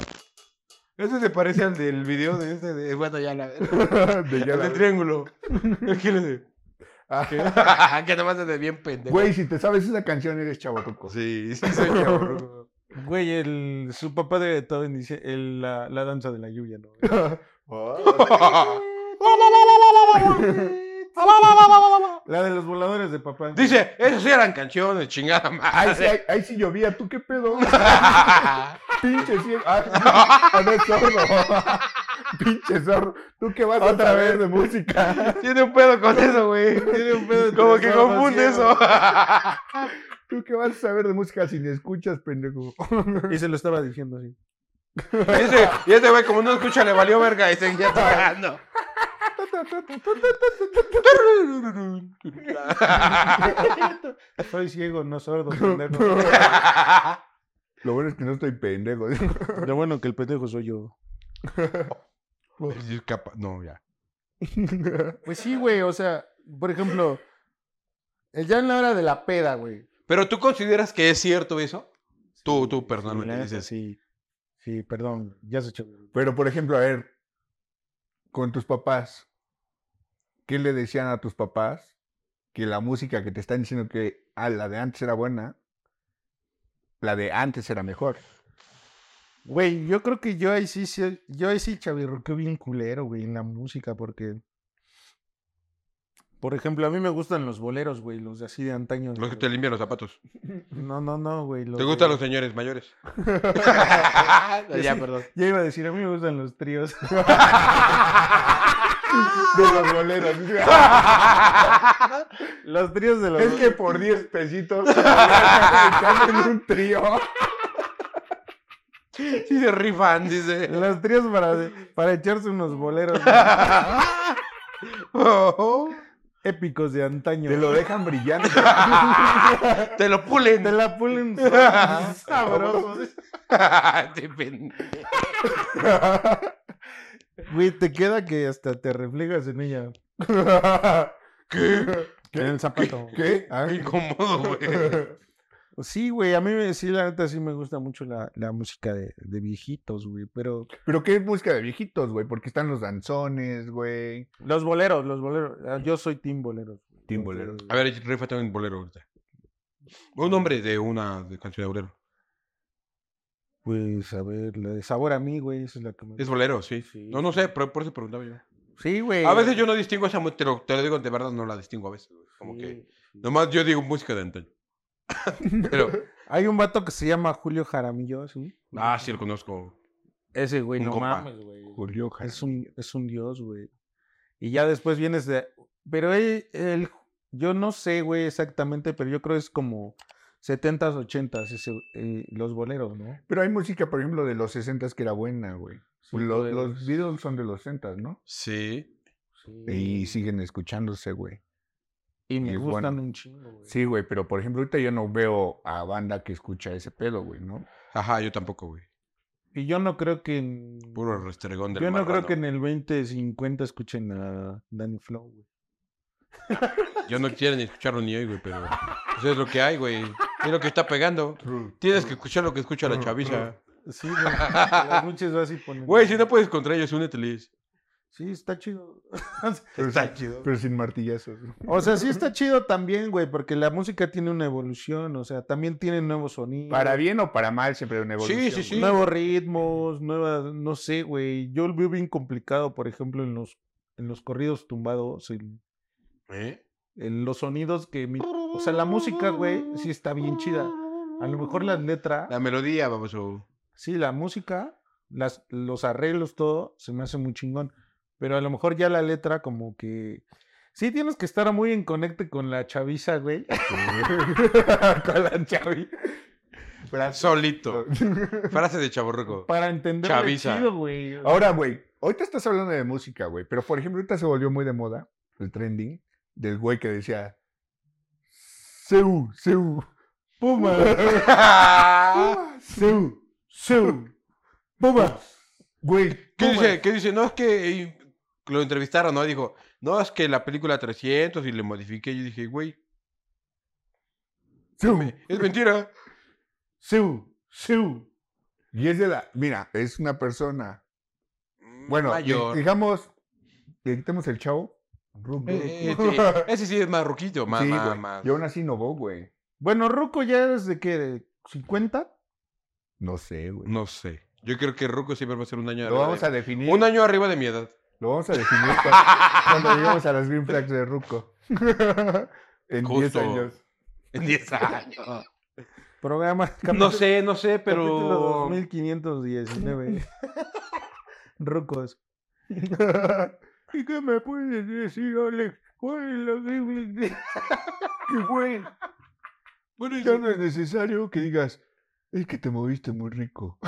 S3: Ese se parece al del video de este de. Bueno, ya la verdad.
S4: De ya
S3: El
S4: la-
S3: del <laughs> triángulo. El que le de-
S4: Ah,
S3: <laughs> que nomás es de bien pendejo.
S4: Güey, si te sabes esa canción,
S3: <laughs>
S4: eres chavarruco.
S3: Sí, sí, soy chavorruco.
S2: Güey, el, su papá de Beethoven dice el- la, la danza de la lluvia,
S3: <laughs>
S2: ¿no?
S3: Oh.
S2: <laughs> La de los voladores de papá.
S3: Dice, esas eran canciones, chingada
S4: Ahí sí,
S3: madre.
S4: ahí, ahí sí llovía, ¿tú qué pedo? Pinche ciego. Ah, no es zorro. <laughs> Pinche zorro. ¿Tú qué vas a saber de música?
S3: <laughs> Tiene un pedo con eso, güey. Tiene un pedo. Como que confunde eso. <laughs>
S4: ¿Tú qué vas a saber de música si ni escuchas, pendejo? <laughs>
S2: Y se lo estaba diciendo así.
S3: Y ese- y ese güey, como no escucha, le valió verga y seguía tocando.
S2: Soy ciego, no sordo, pendejo.
S4: Lo bueno es que no estoy pendejo.
S2: Lo bueno que el pendejo soy yo.
S3: Pues, Es capa- No, ya.
S2: Pues sí, güey, o sea, por ejemplo, eh, ya en la hora de la peda, güey.
S3: Pero tú consideras que es cierto eso? Tú, tú
S2: Sí, la
S3: personalmente
S2: neta,
S3: dices.
S2: Sí, sí, perdón, ya se echó.
S4: Pero, por ejemplo, a ver, con tus papás, ¿qué le decían a tus papás? Que la música que te están diciendo que ah, la de antes era buena, la de antes era mejor.
S2: Güey, yo creo que yo ahí sí, sí- yo ahí sí chavirroqueo bien culero, güey, en la música, porque... Por ejemplo, a mí me gustan los boleros, güey, los de así de antaño.
S3: Los que
S2: güey.
S3: te limpian los zapatos.
S2: No, no, no, güey. los
S3: ¿Te
S2: de-
S3: gustan los señores mayores? <laughs>
S2: Ya,
S3: ya, perdón.
S2: Ya iba a decir, a mí me gustan los tríos.
S4: <laughs>
S2: <laughs>
S4: De los boleros.
S2: <laughs> los tríos de los...
S4: Es que por 10 pesitos te hacen un trío.
S3: Sí se rifan, dice.
S2: <laughs> Los tríos para, para echarse unos boleros
S4: <laughs>
S2: épicos de antaño.
S4: Te lo
S2: <laughs>
S4: dejan brillante.
S3: Te lo pulen.
S2: Te la pulen sabroso.
S3: <laughs> Te pen-
S2: Güey, te queda que hasta te reflejas en ella. ¿Qué? En el zapato.
S4: ¿Qué?
S3: Qué incómodo, güey.
S2: Sí, güey, a mí me- sí, la neta sí me gusta mucho la, la música de, de viejitos, güey, pero...
S4: Pero qué música de viejitos, güey, porque están los danzones, güey.
S2: Los boleros, los boleros. Ah, Yo soy team boleros. güey.
S4: Team boleros.
S2: Entonces,
S3: A ver, rifate un bolero ahorita. Un nombre de una de canción de bolero.
S2: Pues, a ver, la de Sabor a mí, güey, esa es la que me
S3: Es bolero, sí.
S2: Sí.
S3: No, no sé, pero por eso preguntaba yo.
S2: Sí, güey.
S3: A veces yo no distingo esa música, te lo, te lo digo de verdad, no la distingo a veces. güey. Como que nomás yo digo música de
S2: <laughs>
S3: antaño. Pero,
S2: Hay un vato que se llama Julio Jaramillo, ¿sí?
S3: ah, sí lo conozco.
S2: Ese güey,
S3: Un
S2: no
S3: compa.
S2: mames, güey.
S4: Julio Jaramillo.
S2: Es un, es un dios, güey. Y ya después vienes de... Pero él, él- yo no sé, güey, exactamente, pero yo creo es como 70s, 80s, ese, eh, los boleros, ¿no?
S4: Pero hay música, por ejemplo, de los 60 que era buena, güey.
S2: Sí,
S4: Lo-
S2: güey.
S4: los Beatles son de los 60, ¿no?
S3: Sí.
S4: Y siguen escuchándose, güey.
S2: Y me
S4: y
S2: gustan
S4: bueno.
S2: un chingo, güey.
S4: Sí, güey, pero por ejemplo, ahorita yo no veo a banda que escucha ese pedo, güey, ¿no?
S3: Ajá, yo tampoco, güey.
S2: Y yo no creo que... en-
S3: Puro restregón del
S2: Yo no creo
S3: marrano,
S2: que en el 2050 escuchen a Danny Flow, güey.
S3: güey. Yo no quiero ni escucharlo ni hoy, güey, pero pues es lo que hay, güey. Es lo que está pegando. Tienes que escuchar lo que escucha la chaviza.
S2: Sí, güey.
S3: <laughs>
S2: Las noches vas y ponen-
S3: Güey, si no puedes contra ellos, únete, Liz.
S2: Sí, está chido. <laughs>
S4: Pero
S2: está
S4: sí,
S2: chido.
S4: Pero sin martillazos. ¿no?
S2: O sea, sí está chido también, güey, porque la música tiene una evolución, o sea, también tiene nuevos sonidos.
S4: Para bien o para mal, siempre hay una
S3: Sí,
S4: evolución.
S3: sí, sí.
S4: güey.
S2: Nuevos ritmos, nuevas, no sé, güey. Yo lo veo bien complicado, por ejemplo, en los, en los corridos tumbados, en,
S3: ¿Eh?
S2: en los sonidos que... mi- O sea, la música, güey, sí está bien chida. A lo mejor las letras...
S3: La melodía, baboso.
S2: Sí, la música, las, los arreglos, todo, se me hace muy chingón. Pero a lo mejor ya la letra, como que. Sí, tienes que estar muy en conecte con la chaviza, güey. <laughs>
S4: <laughs>
S2: con la chaviza.
S4: <laughs>
S3: Solito. Frase de chaborruco.
S2: Para entender
S3: Chaviza.
S2: chido, güey.
S4: Ahora, güey, ahorita estás hablando de música, güey, pero por ejemplo, ahorita se volvió muy de moda el trending del güey que decía Seu, Seu, Puma,
S3: <laughs>
S4: Puma, Seu, Seu, Puma, güey.
S3: ¿Qué
S4: Puma".
S3: dice? ¿Qué dice? No es que eh, lo entrevistaron, ¿no? Dijo, no, es que la película 300 y le modifiqué. Yo dije, güey,
S4: Seu,
S3: es mentira.
S4: Seu, Seu. Y es de la, mira, es una persona, bueno, di-
S3: mayor.
S4: digamos, le quitemos el chavo. Ruco.
S3: Eh,
S4: <laughs>
S3: eh, ese sí es más ruquito, más,
S4: Sí,
S3: más-
S4: güey,
S3: más.
S4: Y aún así innovó, güey.
S2: Bueno, Ruco ya es de qué, de 50?
S4: No sé, güey.
S3: No sé. Yo creo que Ruco siempre va a ser un año
S4: Lo
S3: arriba.
S4: vamos
S3: de-
S4: a definir.
S3: Un año arriba de mi edad.
S4: Lo vamos a definir cua- cuando lleguemos a las green flags de Ruco. <laughs> en 10
S3: Justo.
S4: años.
S3: En
S4: <laughs>
S3: 10 años.
S2: <laughs> Programa.
S3: No sé, no sé,
S2: Capítulo
S3: pero.
S2: 2519. Rucos.
S4: ¿Y qué me puedes decir, Alex? ¿Cuál es la green flag? ¡Qué güey!
S3: Bueno,
S4: Ya
S3: <laughs>
S4: no es necesario que digas, es que te moviste muy rico. <laughs>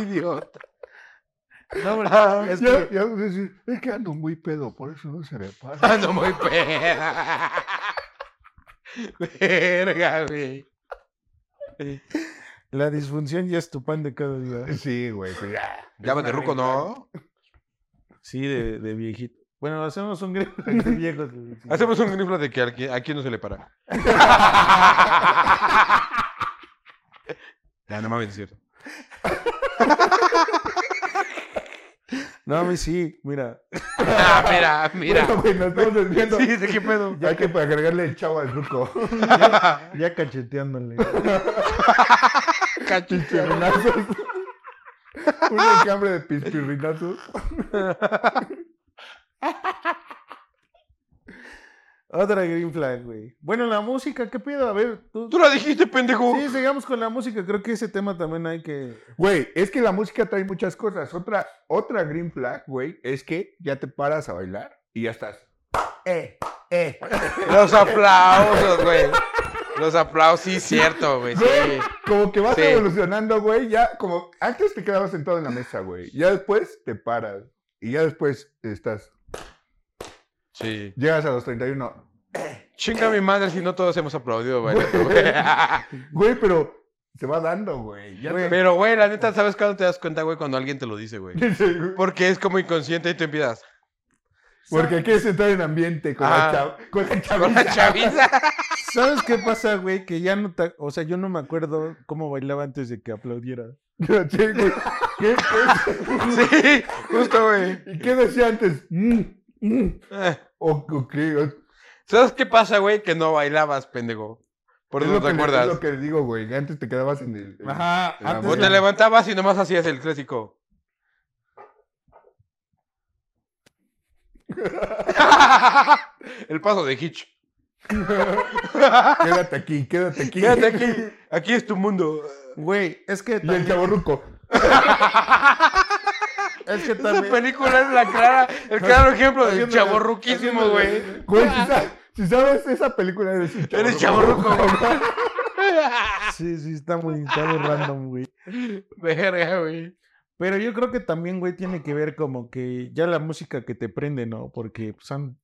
S2: idiota. <laughs> No, güey, es
S4: ya,
S2: que
S4: ya vas a decir, es que ando muy pedo, por eso no se me pasa.
S3: Ando Ah, muy peda. <laughs> Verga, güey.
S2: la disfunción ya es tu pan de cada día.
S4: Sí, güey, pues ya.
S3: Ya de Ruco, ¿no?
S2: <laughs> Sí, de, de viejito. Bueno, hacemos un grito <laughs> de viejos. güey.
S3: Hacemos un grifla de que al que- a quién no se le para. ya, no mames, es cierto.
S2: No, a mí sí, mira.
S3: <laughs> Ah, mira, mira.
S4: Bueno, güey, nos estamos desviando.
S3: Sí, ¿de qué pedo?
S4: Hay que agregarle el chavo al Ruco.
S2: Ya cacheteándole.
S4: Pispirrinazos. Un enjambre de pispirrinazos.
S2: Otra green flag, güey. Bueno, la música, ¿qué pedo? A ver, tú.
S3: Tú lo dijiste, pendejo.
S2: Sí, sigamos con la música. Creo que ese tema también hay que.
S4: Güey, es que la música trae muchas cosas. Otra, otra green flag, güey, es que ya te paras a bailar y ya estás. Eh, eh.
S3: Los aplausos, güey. Los aplausos, sí, cierto, güey. Sí.
S4: Güey, como que vas
S3: Sí.
S4: evolucionando, güey. Ya, como antes te quedabas sentado en la mesa, güey. Ya después te paras. Y ya después estás.
S3: sí.
S4: Llegas a los 31.
S3: Chinga mi madre si no todos hemos aplaudido, güey. güey.
S4: Güey, pero se va dando, güey. Ya te-
S3: Pero, güey, la neta, ¿sabes cuándo te das cuenta, güey? Cuando alguien te lo dice, güey.
S4: Sí, güey.
S3: Porque es como inconsciente y te empiezas.
S4: <laughs> Porque quieres entrar en ambiente con la
S3: Ah.
S4: chav- con la
S3: Con la
S4: chaviza.
S3: chaviza.
S2: ¿Sabes qué pasa, güey? Que ya no te. O sea, yo no me acuerdo cómo bailaba antes de que aplaudiera.
S4: <laughs> Sí, güey. ¿Qué- qué-
S3: Sí, justo, güey.
S4: ¿Y qué decía antes? Mm, mm.
S3: Ah.
S4: O, o qué, o-
S3: ¿Sabes qué pasa, güey? Que no bailabas, pendejo. Por
S4: Es
S3: eso no
S4: lo
S3: te
S4: que le-
S3: acuerdas.
S4: Es lo que digo, güey. Antes te quedabas en el. en-
S2: Ajá,
S4: en la
S2: antes
S3: O
S4: boca.
S3: te levantabas y nomás hacías el clásico. <laughs> el paso de Hitch.
S4: Quédate aquí, quédate aquí.
S3: Quédate aquí. Aquí es tu mundo.
S2: Güey, es que
S4: Y el
S2: también,
S4: chaborruco.
S2: <laughs> es que
S3: Esa
S2: también,
S3: película es la clara,
S4: <laughs>
S3: el claro ejemplo del chaborruquismo, güey.
S4: Güey, si, sa- si sabes esa película, eres un
S3: <laughs> Eres
S4: chavorruco. <laughs>
S3: chaborruco, güey.
S2: sí, sí, está muy, está muy random, güey.
S3: Verga, güey.
S2: Pero yo creo que también, güey, tiene que ver como que ya la música que te prende, ¿no? Porque pues, han-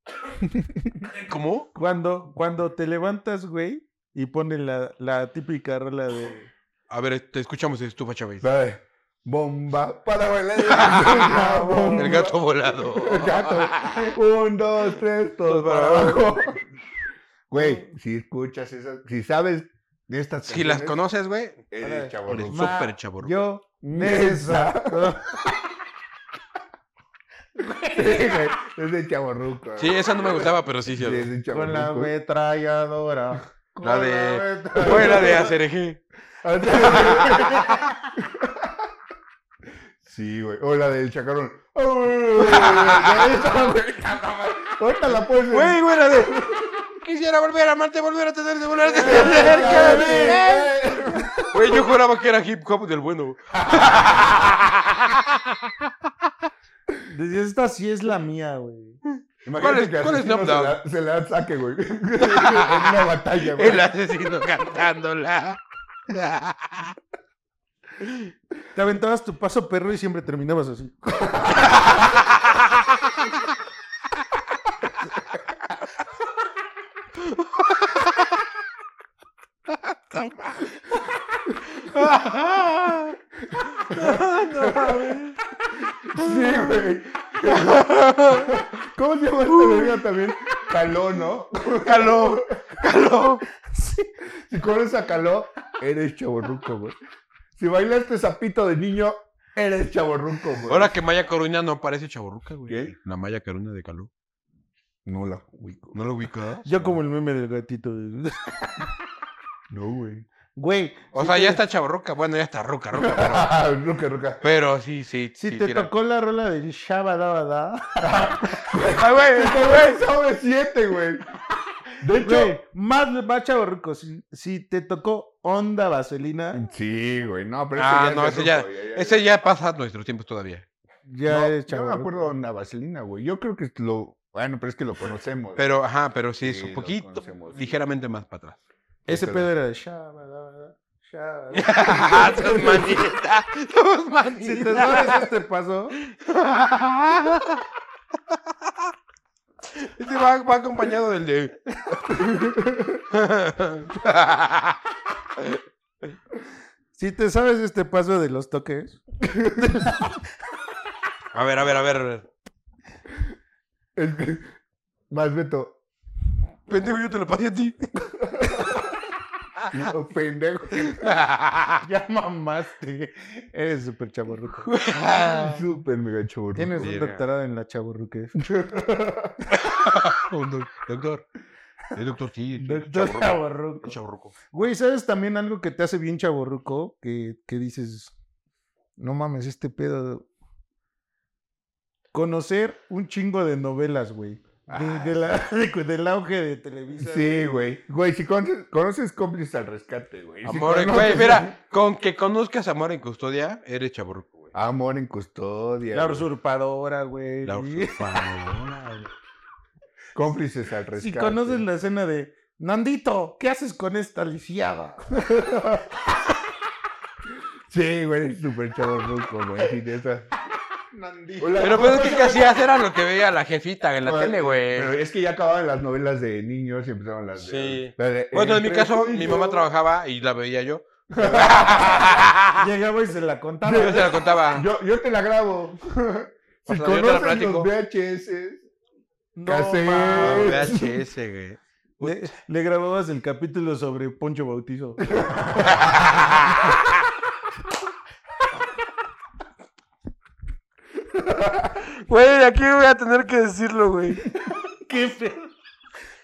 S3: ¿Cómo?
S2: cuando, cuando te levantas, güey, y pone la, la típica rola de...
S3: A ver, te escuchamos estufa, Chávez.
S4: La de Bomba para
S3: <laughs>
S4: bailar. Una bomba.
S3: El gato volado.
S4: <laughs> El gato. Un, dos, tres, todos para abajo. Güey, si escuchas esas, si sabes de estas
S3: Si las
S4: canciones,
S3: conoces, güey,
S4: eres
S3: eres
S4: chaborruco.
S2: Ma,
S3: súper chaborruco.
S2: Yo
S4: Nesa.
S2: necesito...
S4: Sí, güey, es de chaborruco.
S3: Sí, esa no me gustaba, pero sí, sí.
S4: Sí, es de
S2: Con
S4: chaborruco.
S2: la
S4: <laughs>
S2: ametralladora. con
S3: La de.
S4: metralla-
S3: Fue la de ACRG.
S4: Sí, güey. O la
S3: <laughs>
S4: del chacarón. Esa, güey. Ahorita la puedes
S3: Güey, güey, la de. <laughs> Quisiera volver a amarte, volver a tenerte, volver a tenerte. cada vez. Güey, yo juraba que era hip hop del bueno.
S2: Dices, Esta sí es la mía, güey.
S3: ¿Cuál es-
S4: Imagínate que
S3: cuál es
S4: Argentina
S3: Snoop
S4: se
S3: Dogg?
S4: la- se la saque, güey. <laughs> en una batalla, güey.
S3: El asesino <laughs> cantándola.
S2: Te aventabas tu paso perro y siempre terminabas así.
S4: Sí, güey. ¿Cómo se llama esta verga también? Caló, ¿no?
S3: Caló, caló.
S4: Si corres a caló, eres chaborruco, güey. Si bailaste zapito de niño, eres chaborruco, güey.
S3: Ahora que Maya Coruña no parece chaburruca, güey.
S4: ¿Qué?
S3: La Maya Coruña de Calú.
S4: No la ubico.
S3: ¿No lo ubicas?
S2: Yo como el meme del gatito. de-
S4: No, güey.
S2: Güey.
S3: O
S2: si
S3: sea,
S2: te-
S3: ya está chaburruca. Bueno, ya está ruca, ruca. Pero,
S4: Ruca, ruca.
S3: pero sí, sí.
S2: <laughs> Si
S3: sí,
S2: te
S3: tira.
S2: tocó la rola del Shabadabada. Ah,
S3: Ay, güey, este güey.
S4: Güey, sobre siete, güey. De
S2: Güey,
S4: hecho.
S2: más, más chavorruco. Si, si te tocó Onda Vaselina,
S4: Sí, güey. No, pero
S3: Ah,
S4: ese
S3: no,
S4: es
S3: ese
S4: de
S3: ya,
S4: ruco,
S3: ese ya pasa nuestros tiempos todavía.
S2: ya
S4: no,
S2: eres
S4: yo no me
S2: chavorruco.
S4: acuerdo de una vaselina, güey. Yo creo que lo. Bueno, pero es que lo conocemos.
S3: Pero, ajá, pero sí, es
S4: Sí,
S3: un
S4: lo
S3: poquito,
S4: conocemos.
S3: ligeramente más para atrás.
S2: Ese
S4: Pero-
S2: pedo era de Shabadabada. Shabadabada.
S3: <laughs> ¡Tus manitas! ¡Tus
S2: Si <laughs>
S3: manitas!
S2: te sabes este paso,
S3: Este va, va acompañado del <laughs> de...
S2: si te sabes este paso de los toques,
S3: A ver, a ver, a ver, a ver.
S4: Es que- Más Beto.
S3: Pendejo, yo te lo pasé a ti.
S4: No, pendejo.
S2: <laughs> ya mamaste. Eres súper chavorruco.
S4: Súper mega chorro.
S2: Tienes un
S3: Verga.
S2: doctorado en la chavorruquez.
S3: Un doc- Oh, doctor. El doctor sí.
S2: Doctor chavorruco.
S3: Chaburruco.
S2: Güey, ¿sabes también algo que te hace bien chaborruco? Que, que dices, no mames, este pedo. Conocer un chingo de novelas, güey. De- de la- <laughs> de- del auge de Televisa.
S4: Ah. Sí, güey. Güey, si conoces, conoces cómplices al rescate, güey. Si
S3: Amor en
S4: conoces-
S3: custodia. Mira, con que conozcas Amor en custodia, eres chaburruco, güey.
S4: Amor en custodia.
S2: La
S4: güey.
S2: usurpadora, güey.
S3: La
S4: <laughs>
S3: usurpadora, güey.
S4: Cómplices al rescate.
S2: Si conoces la escena de Nandito, ¿qué haces con esta
S4: <laughs>
S2: lisiada?
S4: Sí, güey, es súper chavo ruco, güey. Sí, de esa. Hola.
S3: Pero pues es que, ¿qué hacías era lo que veía la jefita en la
S4: Oye,
S3: tele, güey.
S4: Ah, Pero es que ya acababan las novelas de niños y empezaron las de.
S3: Sí.
S4: la de-
S3: Bueno, en mi
S4: Entre
S3: caso,
S4: tú y
S3: mi
S4: yo.
S3: mamá trabajaba y la veía yo.
S2: Llegaba y se la
S4: <laughs>
S2: contaba.
S3: Yo te
S2: <laughs>
S3: la contaba.
S4: Yo, yo te la grabo. <laughs> si
S3: O sea, yo te la
S4: conoces
S3: platico.
S4: los VHS.
S2: No,
S4: Casé.
S3: Ah,
S2: mames.
S3: VHS, güey.
S2: le, le grababas el capítulo sobre Poncho <laughs> Bautizo.
S3: Güey, aquí voy a tener que decirlo, güey.
S2: ¿Qué fe-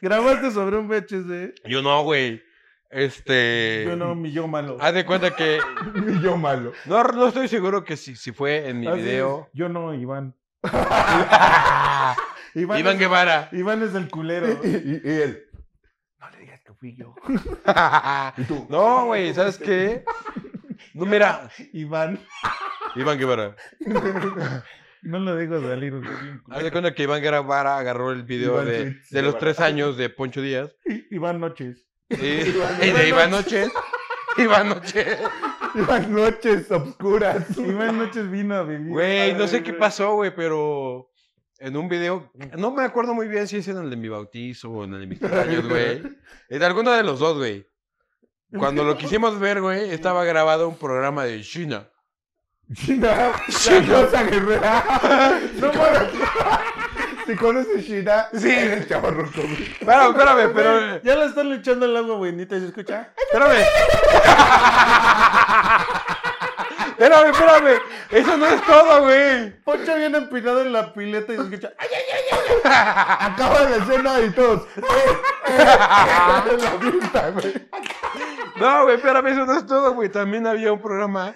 S2: Grabaste sobre un VHS.
S3: Yo no, güey. Este.
S2: Yo no, mi yo malo.
S3: Haz de cuenta que.
S4: Ni yo malo.
S3: No, no estoy seguro que si, si fue en mi
S2: Así Ah, es,
S3: video.
S2: Yo no, <laughs> Iván. Iván,
S3: Iván
S2: es, <laughs>
S3: Guevara.
S2: Iván es el culero.
S4: Y, y- y él.
S2: No le digas que fui yo.
S4: Y tú.
S3: No, güey, ¿sabes qué? No, mira.
S2: Iván.
S3: Iván Guevara.
S2: <laughs> No lo dejo salir. porque es bien
S3: Haz
S2: culero.
S3: de cuenta que Iván Guevara agarró el video
S4: Iván
S3: de,
S4: Fritz
S3: de los
S4: Guevara.
S3: tres años de
S2: <laughs>
S3: Poncho Díaz.
S2: Iván Noches.
S3: Y, y de Iván Noches. Iván Noches.
S4: Las noches oscuras.
S2: Iván Noches vino a vivir.
S3: Güey, no sé qué
S2: Güey.
S3: pasó, güey, pero en un video, no me acuerdo muy bien si es en el de mi bautizo o en el de
S4: <laughs>
S3: mis cumpleaños, güey. En alguno de los dos, güey. Cuando lo quisimos ver, güey, estaba grabado un programa de China. <laughs>
S4: China, la cosa guerrera. No mames. Si conoces China, sí. eres chavarruco. güey.
S3: Espérame, espérame, pero...
S2: Ya la están luchando el agua, güey. Ni te se escucha.
S3: <laughs> Espérame. Espérame, espérame. Eso no es todo, güey.
S2: Poncho viene empinado en la pileta y se escucha. ¡Ay, ay,
S4: Acaba la escena y todos. la vista, güey.
S3: No, güey, espérame, eso no es todo, güey. También había un programa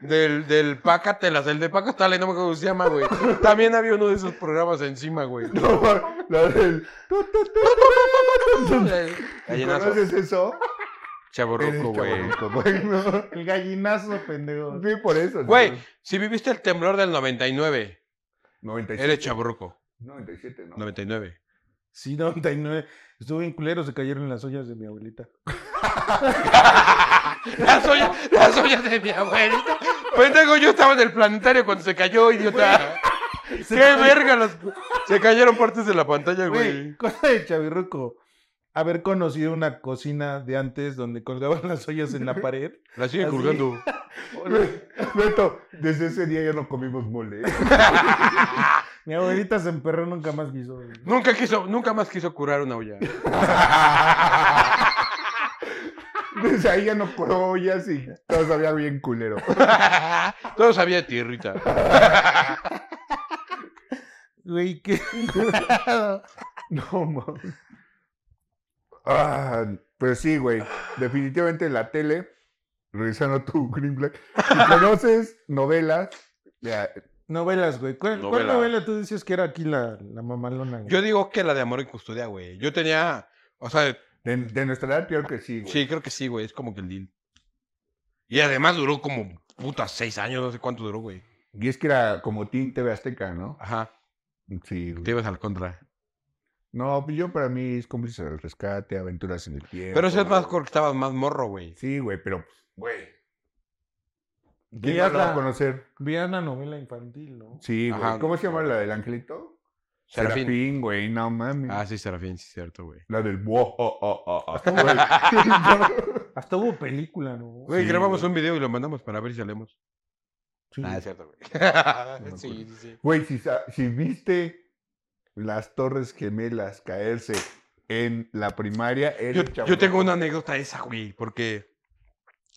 S3: del, del Pacatelas, el de Paco Tale, no me acuerdo cómo se llama, güey. También había uno de esos programas encima, güey.
S4: No mames. La del.
S3: Gallinazo.
S4: ¿Conoces eso? Eres
S3: Chaborruco, güey.
S4: chavorruco, güey. No.
S2: ay! El gallinazo, pendejo.
S4: Sí, por eso. sí.
S3: Güey, si viviste el temblor del 99,
S4: 97.
S3: eres chaborruco.
S4: 97, ¿no?
S3: 99.
S2: Sí, 99. Estuvo bien culero, se cayeron las ollas de mi abuelita.
S3: Las ollas, las ollas de mi abuelita. Pendejo, yo estaba en el planetario cuando se cayó, idiota.
S2: Se
S4: <laughs>
S3: Qué verga. las- Se cayeron partes de la pantalla,
S2: Güey, <laughs>
S3: güey.
S2: cosa de chavirruco. Haber conocido una cocina de antes donde colgaban <laughs> las ollas en
S3: <laughs>
S2: la pared.
S3: La siguen
S2: Así.
S3: colgando.
S4: Güey, Beto, desde ese día ya no comimos mole. <laughs>
S2: Mi abuelita se emperró, nunca más quiso. güey.
S3: Nunca quiso, nunca más quiso curar una olla.
S4: Desde ahí ya no curó ollas y todo sabía bien culero. <laughs>
S3: Todo sabía de tierrita.
S2: Güey, qué.
S4: No, mames. Ah, pero sí, güey. Definitivamente la tele, regresando a tu Green Black, si conoces novelas, ya,
S2: Novelas, güey. ¿Cuál, cuál
S3: Novela.
S2: novela tú decías que era aquí la, la mamalona? güey?
S3: Yo digo que la de amor en custodia, güey. Yo tenía, o sea,
S4: de, de nuestra edad, peor que sí, güey.
S3: sí, creo que sí, güey. Es como que el deal. Y además duró como putas seis años, no sé cuánto duró, güey.
S4: Y es que era como Team TV Azteca, ¿no?
S3: Ajá. Te
S4: Sí, güey.
S3: ibas al contra.
S4: No, pues, yo para mí es cómplice del rescate, aventuras en el tiempo.
S3: Pero eso es más
S4: güey.
S3: porque estabas más morro, güey.
S4: Sí, güey, pero, güey. ¿Quién
S2: Veías
S4: no la va a
S2: la-
S4: conocer?
S2: Veía una novela infantil, ¿no?
S4: Sí, güey.
S3: Ajá.
S4: ¿Cómo se llama la del angelito?
S3: Serafín.
S4: Serafín, güey, no mames.
S3: Ah, sí, Serafín, sí, cierto, güey.
S4: La del bo, oh, oh, oh,
S3: <laughs>
S4: oh, güey.
S2: Hasta hubo película, ¿no?
S3: Güey,
S4: Sí,
S3: grabamos
S4: güey.
S3: un video y lo mandamos para ver si salemos.
S2: Sí.
S3: Ah, es cierto, güey. sí, sí, sí.
S4: Güey, si, sa- si viste las Torres Gemelas caerse en la primaria, eres
S3: Yo,
S4: chavo.
S3: yo tengo una anécdota esa, güey, porque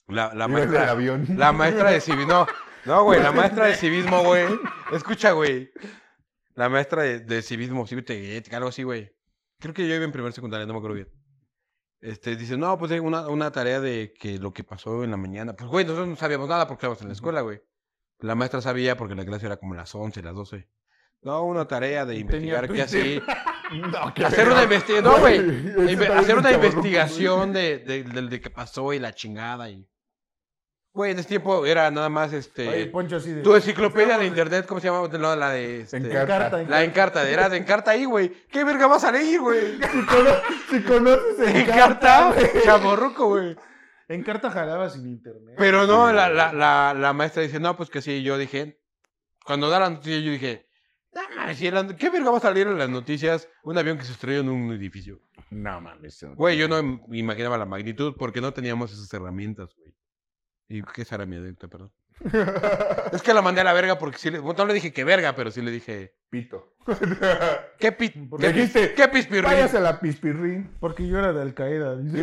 S3: la, la
S4: Ibas del
S3: maestra...
S4: <laughs> avión.
S3: La maestra de civismo. No, no, güey, la maestra de civismo, güey. Escucha, güey. La maestra de, de civismo, cívica, algo así, güey. Creo que yo iba en primer secundaria, no me acuerdo bien. Este, dice, no, pues hay una, una tarea de que lo que pasó en la mañana. Pues, güey, nosotros no sabíamos nada porque estábamos en la escuela, güey. La maestra sabía porque la clase era como las 11, las 12. No, una tarea de investigar qué así.
S4: <laughs> No, qué
S3: Hacer una
S4: verga.
S3: investigación. No, güey.
S4: Eso
S3: Inve-
S4: está
S3: hacer
S4: bien
S3: una
S4: chavorruco,
S3: investigación de, de, de- de qué pasó y la chingada y. Güey, en ese tiempo era nada más este.
S2: Oye, pues, Poncho así de...
S3: tu enciclopedia de internet, ¿cómo se llamaba? No, la de. este,
S4: En
S2: En carta,
S4: <laughs>
S2: en
S3: la encarta, era de encarta ahí, güey. ¿Qué verga vas a leer, güey?
S4: Si, cono- si conoces el
S3: Encarta, <laughs> chaborruco, güey.
S2: En carta jalaba sin internet.
S3: Pero no, la, la, la, la maestra dice, no, pues que sí, yo dije, cuando da la noticia, yo dije, "No mames, si la- ¿qué verga va a salir en las noticias un avión que se estrelló en un edificio?
S4: No mames. eso-
S3: Güey, yo no im- imaginaba la magnitud porque no teníamos esas herramientas, güey. ¿Y qué esa era mi adicta, perdón? es que la mandé a la verga porque sí le... bueno, no le dije que verga, pero sí le dije...
S4: Pito. <laughs>
S3: ¿Qué pit?
S4: Porque
S3: ¿Qué, pis-
S4: dijiste,
S3: qué pispirrín?".
S4: Váyase a la pispirrín.
S2: Porque yo era de Al Qaeda. dice.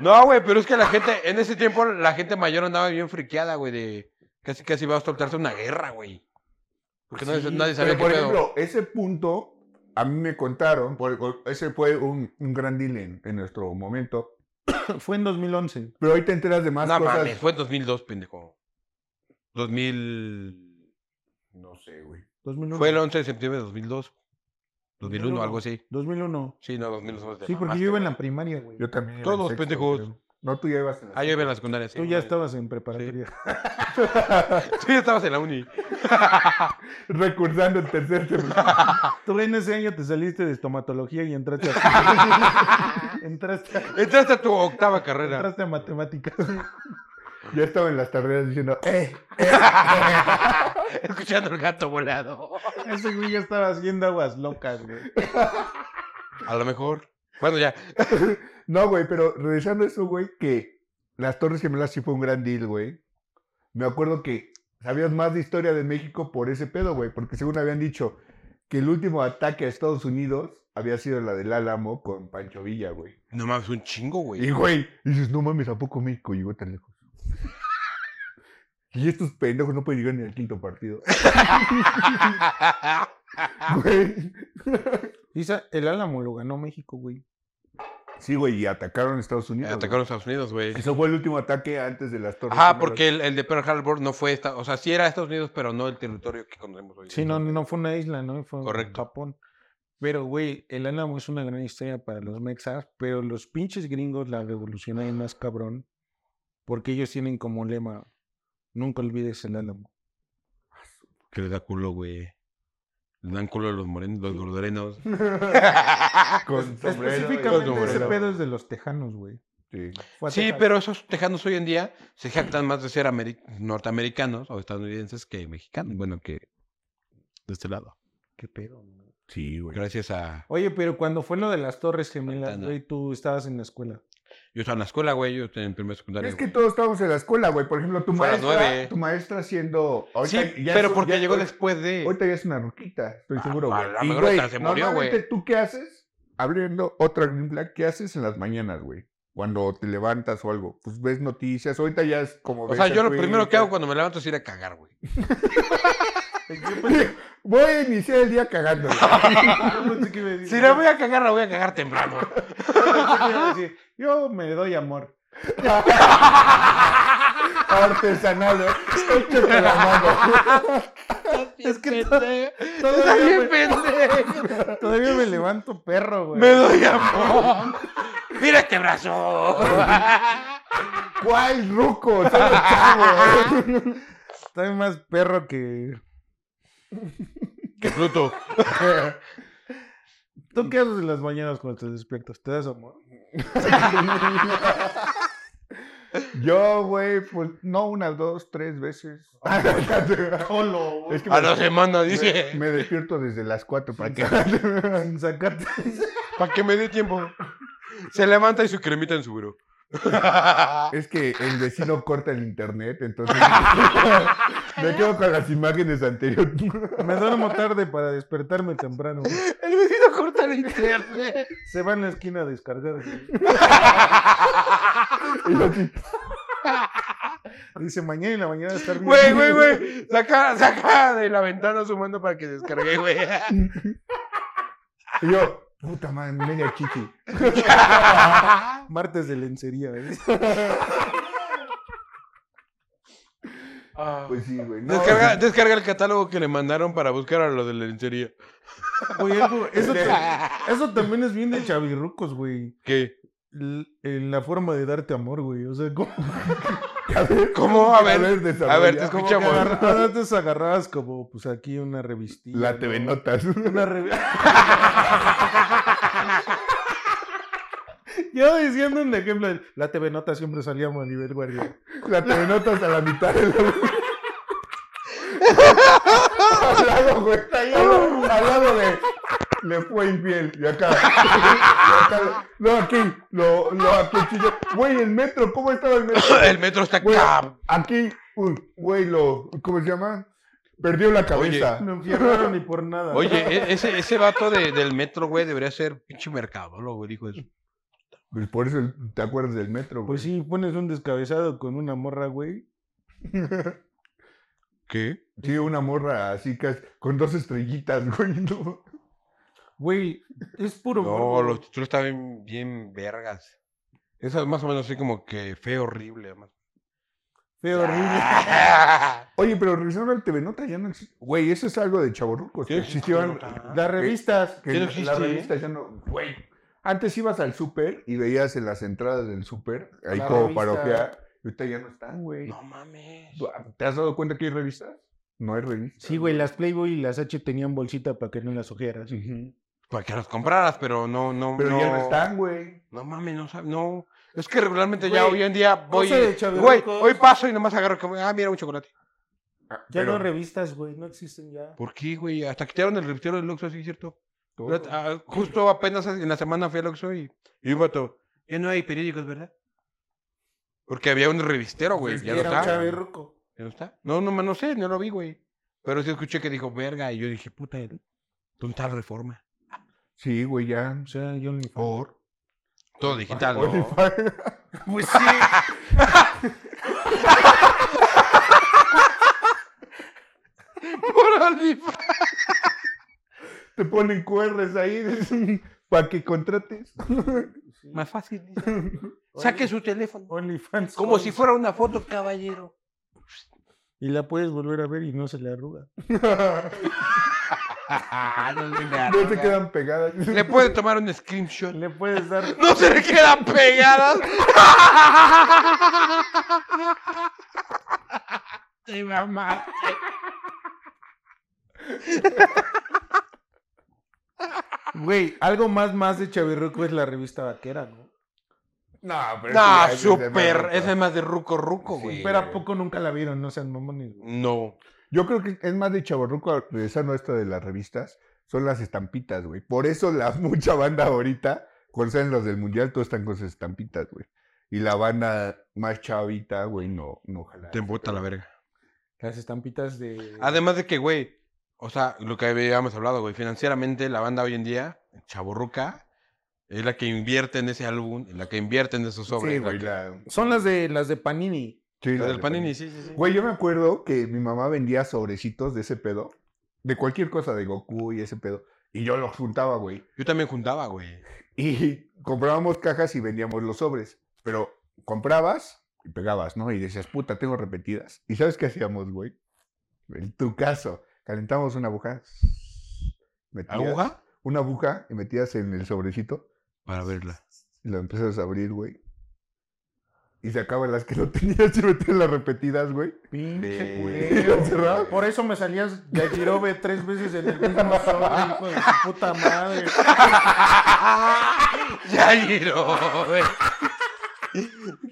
S3: No, güey, pero es que la gente... En ese tiempo la gente mayor andaba bien friqueada, güey, de... Casi, casi va a soltarse una guerra, güey. Porque no- nadie sabía
S4: Pero,
S3: qué
S4: por
S3: pedo.
S4: ejemplo, ese punto a mí me contaron, por- por- ese fue un, un gran deal en, en nuestro momento,
S2: Fue en 2011.
S4: pero hoy te enteras de más
S3: no
S4: cosas.
S3: mames, fue en 2002, pendejo. 2000.
S4: No sé, güey.
S2: 2001.
S3: Fue el 11 de septiembre de 2002. 2001, algo así.
S2: 2001.
S3: Sí, no, 2002. te
S2: Sí, porque
S3: mamaste,
S2: yo iba en la
S3: güey.
S2: primaria, güey.
S4: Yo también. iba en
S3: Todos,
S4: sexto,
S3: pendejos.
S4: creo. No, tú ya ibas en la
S3: Ah, yo iba en la secundaria, sí.
S2: Tú ya
S3: <laughs>
S2: estabas en preparatoria.
S3: Tú ya estabas en la uni.
S4: Recordando el tercer <laughs> semestre.
S2: Tú en ese año te saliste de estomatología y entraste a...
S4: <laughs>
S2: entraste, a... <laughs>
S3: Entraste a tu octava carrera.
S2: entraste a matemáticas. <laughs>
S4: ya estaba en las tardeas diciendo, ¡eh!
S3: <laughs> Escuchando el gato volado.
S2: Ese güey ya estaba haciendo aguas locas, güey.
S3: A lo mejor. Bueno, ya.
S4: No, güey, pero regresando a eso, güey, que las Torres Gemelas sí fue un gran deal, güey. Me acuerdo que sabías más de historia de México por ese pedo, güey, porque según habían dicho que el último ataque a Estados Unidos había sido la del Álamo con Pancho Villa, güey.
S3: No mames, un chingo, güey. <laughs>
S4: Y, güey, dices, no mames, ¿a poco México llegó tan lejos? <laughs> Y estos pendejos no pueden llegar ni al
S3: <laughs>
S4: quinto partido. Güey.
S2: Dice, el Álamo lo ganó México, güey.
S4: Sí, güey, y atacaron a Estados Unidos. güey.
S3: Atacaron a Estados Unidos, güey.
S4: Eso fue el último ataque antes de las Torres
S3: Ajá,
S4: Gemelas.
S3: porque el, el de Pearl Harbor no fue esta, o sea, sí era Estados Unidos, pero no el territorio que conocemos hoy.
S2: Sí, no, no fue una isla, ¿no? Fue
S3: Correcto.
S2: Japón. Pero, güey, el Álamo es una gran historia para los mexas, pero los pinches gringos la revolucionaron más cabrón, porque ellos tienen como lema, nunca olvides el Álamo.
S3: Que le da culo, güey. Le dan culo a los morenos, los gordorenos.
S4: <laughs>
S3: <laughs>
S4: Con sombrero y-
S2: Específicamente ese
S4: sombrero.
S2: pedo es de los tejanos, güey.
S4: Sí.
S2: Fue a
S3: Sí,
S2: Texas.
S3: pero esos tejanos hoy en día se jactan más de ser ameri- norteamericanos o estadounidenses que mexicanos. Bueno, que de este lado.
S2: ¿Qué pedo, güey?
S4: Sí, güey.
S3: Gracias a...
S2: Oye, pero cuando fue lo de las Torres Gemelas,
S3: Ventana.
S2: güey, tú estabas en la escuela.
S3: Yo estaba en la escuela, güey, yo estaba en primer secundario.
S4: Es que
S3: güey.
S4: todos estábamos en la escuela, güey. Por ejemplo, tu
S3: Fue a las nueve.
S4: maestra, tu maestra siendo. ahorita
S3: sí,
S4: ya
S3: pero
S4: es-
S3: porque
S4: ya-
S3: llegó
S4: hoy-
S3: después de...
S4: Ahorita ya es una ruquita, estoy
S3: Ah,
S4: seguro,
S3: a
S4: güey.
S3: la
S4: Y,
S3: mejor
S4: güey,
S3: hasta se murió,
S4: normalmente,
S3: güey.
S4: ¿tú qué haces? Abriendo otra green flag, ¿qué haces en las mañanas, güey? Cuando te levantas o algo. Pues ves noticias. Ahorita ya es como.
S3: O
S4: ves
S3: sea,
S4: a
S3: yo lo
S4: Twitter.
S3: primero que hago cuando me levanto es ir a cagar, güey.
S4: <laughs> Voy a iniciar el día cagando.
S3: <laughs>
S4: güey.
S3: Si la voy a cagar, la voy a cagar temprano. <laughs>
S2: Yo me doy amor.
S4: Artesanal, ¿eh? güey. Hecho con la mano.
S2: Es que to-
S3: Está
S2: todavía,
S3: bien,
S2: me,
S3: pendejo.
S2: todavía me levanto perro, güey.
S3: Me doy amor. Mira este
S4: <laughs>
S3: brazo.
S4: ¿Cuál ruco? Solo chavo. güey.
S2: Estoy más perro que...
S3: Qué fruto.
S2: ¿Tú qué haces en las mañanas cuando te despiertas? ¿Te das amor?
S4: Yo, güey, pues no una, dos,
S3: <laughs>
S4: tres veces.
S2: Solo,
S4: Es que
S3: A
S4: me,
S3: la semana,
S4: me-
S3: dice.
S4: me despierto desde las cuatro para que. <laughs>
S2: Sin sacarte.
S3: Para que me dé tiempo. Se levanta y su cremita en su
S4: <laughs>
S3: buro.
S4: Es que el vecino corta el internet,
S3: <laughs>
S4: entonces me quedo con las imágenes anteriores.
S2: Me duermo tarde para despertarme temprano. güey.
S3: El vecino corta el internet.
S2: Se va en la esquina a descargar. güey.
S4: Y yo así,
S2: Dice, mañana en la mañana estar bien.
S3: <laughs> Güey, güey, güey. Saca, saca de la ventana su mando para que descargue, güey.
S4: y yo, puta madre, media chichi.
S2: Martes de lencería, güey.
S4: Pues sí, güey. no.
S3: Ah, Descarga, descarga el catálogo que le mandaron para buscar a lo de la lencería.
S2: Oye, algo- eso, ta- eso también es bien de chavirrucos, güey.
S3: ¿Qué?
S2: L- en la forma de darte amor, güey. O sea, como
S3: ¿Cómo? A ver.
S4: desarrolla.
S3: a ver, te
S2: como
S3: escucho.
S2: que
S3: Escuchamos.
S2: agarra- antes agarrabas como, pues aquí una revistilla.
S4: La TV
S2: ¿no?
S4: Notas. <laughs>
S2: Una revi- Yo diciendo un ejemplo, la TV Nota siempre salíamos a nivel guardia.
S4: La TV Notas a la mitad de la. <laughs> al lado, güey. Al lado, al lado de. Le fue infiel. Y acá. <laughs> y acá, no, aquí. Lo, lo aquí. chillo. Güey, el metro. ¿Cómo estaba el metro?
S3: El metro está
S4: Güey,
S3: acá.
S4: aquí. uy, güey, lo. ¿Cómo se llama? Perdió la cabeza.
S2: Me enfierraron y por nada.
S3: Oye, e- ese, ese vato de- del metro, güey, debería ser pinche mercadólogo, güey, dijo eso.
S4: Pues por eso te acuerdas del metro, güey.
S2: Pues sí, pones un descabezado con una morra, güey.
S3: ¿Qué?
S4: <laughs> Sí, una morra así casi, con dos estrellitas, güey. no.
S2: Güey, es puro
S3: No,
S2: morbo.
S3: los títulos están bien, bien vergas. Esas más o menos así como que feo horrible. además.
S2: Feo, horrible.
S4: Oye, pero regresando al TV Nota ya no existe. Güey, eso es algo de chavorrucos.
S3: Sí,
S4: que
S3: existe
S4: existían
S3: TV Nota.
S4: las
S6: Las revistas.
S4: Que
S3: Sí, no
S4: la-
S3: existe,
S4: las
S3: ¿eh?
S4: revistas ya no. Güey. Antes ibas al súper y veías en las entradas del súper, ahí
S6: La
S4: como
S6: revista.
S4: para ojear, y ahorita ya no están, güey.
S3: No mames.
S4: ¿Te has dado cuenta que hay revistas? No hay revistas.
S2: Sí, güey, las Playboy y las H tenían bolsita para que no las ojearas.
S3: Para que las compraras, pero no, no,
S4: Pero ya no
S3: no-
S4: están, güey.
S3: No mames, no sab- no. Es que regularmente ya
S2: Güey,
S3: hoy en día voy.
S2: cosa de
S3: Güey,
S2: chavorrucos.
S3: hoy paso y nomás agarro como, ah, mira un chocolate.
S2: Ya no
S4: Pero-
S2: hay revistas, güey, no existen ya.
S3: ¿Por qué, güey? Hasta quitaron el reptero del Oxxo, sí, cierto.
S4: Todo.
S3: Pero, ah, justo apenas en la semana fui al Oxxo y, y un vato, ya no hay periódicos, ¿verdad? Porque había un revistero, güey, ya no
S2: Era un
S3: está.
S2: chavirruco.
S3: ¿Ya no está? No, no, no sé, no lo vi, güey. Pero sí escuché que dijo, verga, y yo dije, puta, ¿dónde está la reforma?
S4: Sí, güey, ya.
S2: O sea, yo ni
S4: Por.
S3: Todo digital, ¿no?
S4: OnlyFans.
S2: Pues sí.
S3: Por OnlyFans.
S4: Te ponen cuerdas ahí para que contrates.
S3: Más fácil. <laughs> dice. Saque su teléfono.
S2: OnlyFans.
S3: Como si fuera una foto, caballero.
S2: Y la puedes volver a ver y no se
S6: <laughs>
S2: le arruga.
S4: No te quedan
S6: <laughs>
S4: pegadas.
S3: Le puede tomar un screenshot.
S2: Le puedes dar.
S3: No se le quedan <laughs> pegadas. Te mamaste.
S6: Güey, algo más más de Chavirruco es la revista vaquera, ¿no?
S4: No, pero.
S3: Nah,
S4: sí, hay que ser
S3: súper.
S4: más
S3: Ese es más de ruco ruco,
S4: Sí,
S3: güey.
S6: Pero ¿a poco nunca la vieron? No sean mamones. güey.
S3: No.
S4: Yo creo que es más de chaborruco, regresando a esto de las revistas, son las estampitas, güey. Por eso la <laughs> mucha banda ahorita, cuando salen los del mundial, todos están con sus estampitas, güey. Y la banda más chavita, güey, no, no, ojalá.
S3: Te embota la verga.
S6: Las estampitas de...
S3: Además de que, güey, o sea, lo que habíamos hablado, güey, financieramente la banda hoy en día, chaborruca, es la que invierte en ese álbum, la que invierte en esos sobres.
S4: Sí,
S3: la
S4: güey,
S3: que-
S4: la-
S6: Son las de las de Panini.
S4: sí,
S3: la
S4: la
S3: del
S4: de
S3: Panini, sí, sí, sí.
S4: Güey, yo me acuerdo que mi mamá vendía sobrecitos de ese pedo, de cualquier cosa, de Goku y ese pedo, y yo los juntaba, güey.
S3: Yo también juntaba, güey.
S4: Y <laughs> comprábamos cajas y vendíamos los sobres. Pero comprabas y pegabas, ¿no? Y decías, puta, tengo repetidas. ¿Y sabes qué hacíamos, güey? En tu caso, calentamos una aguja. metías
S3: ¿Aguja?
S4: Una aguja y metías en el sobrecito
S3: Para verla.
S4: y lo empiezas a abrir, güey. Y sacaban las que no <laughs> tenías y metías las repetidas, güey.
S2: Pinche
S3: Ve-
S2: culero.
S4: ¿Cerrado?
S2: <laughs> Por eso me salías Yajirobe tres veces en el mismo sobre, hijo de su puta madre.
S3: Yayiro, güey.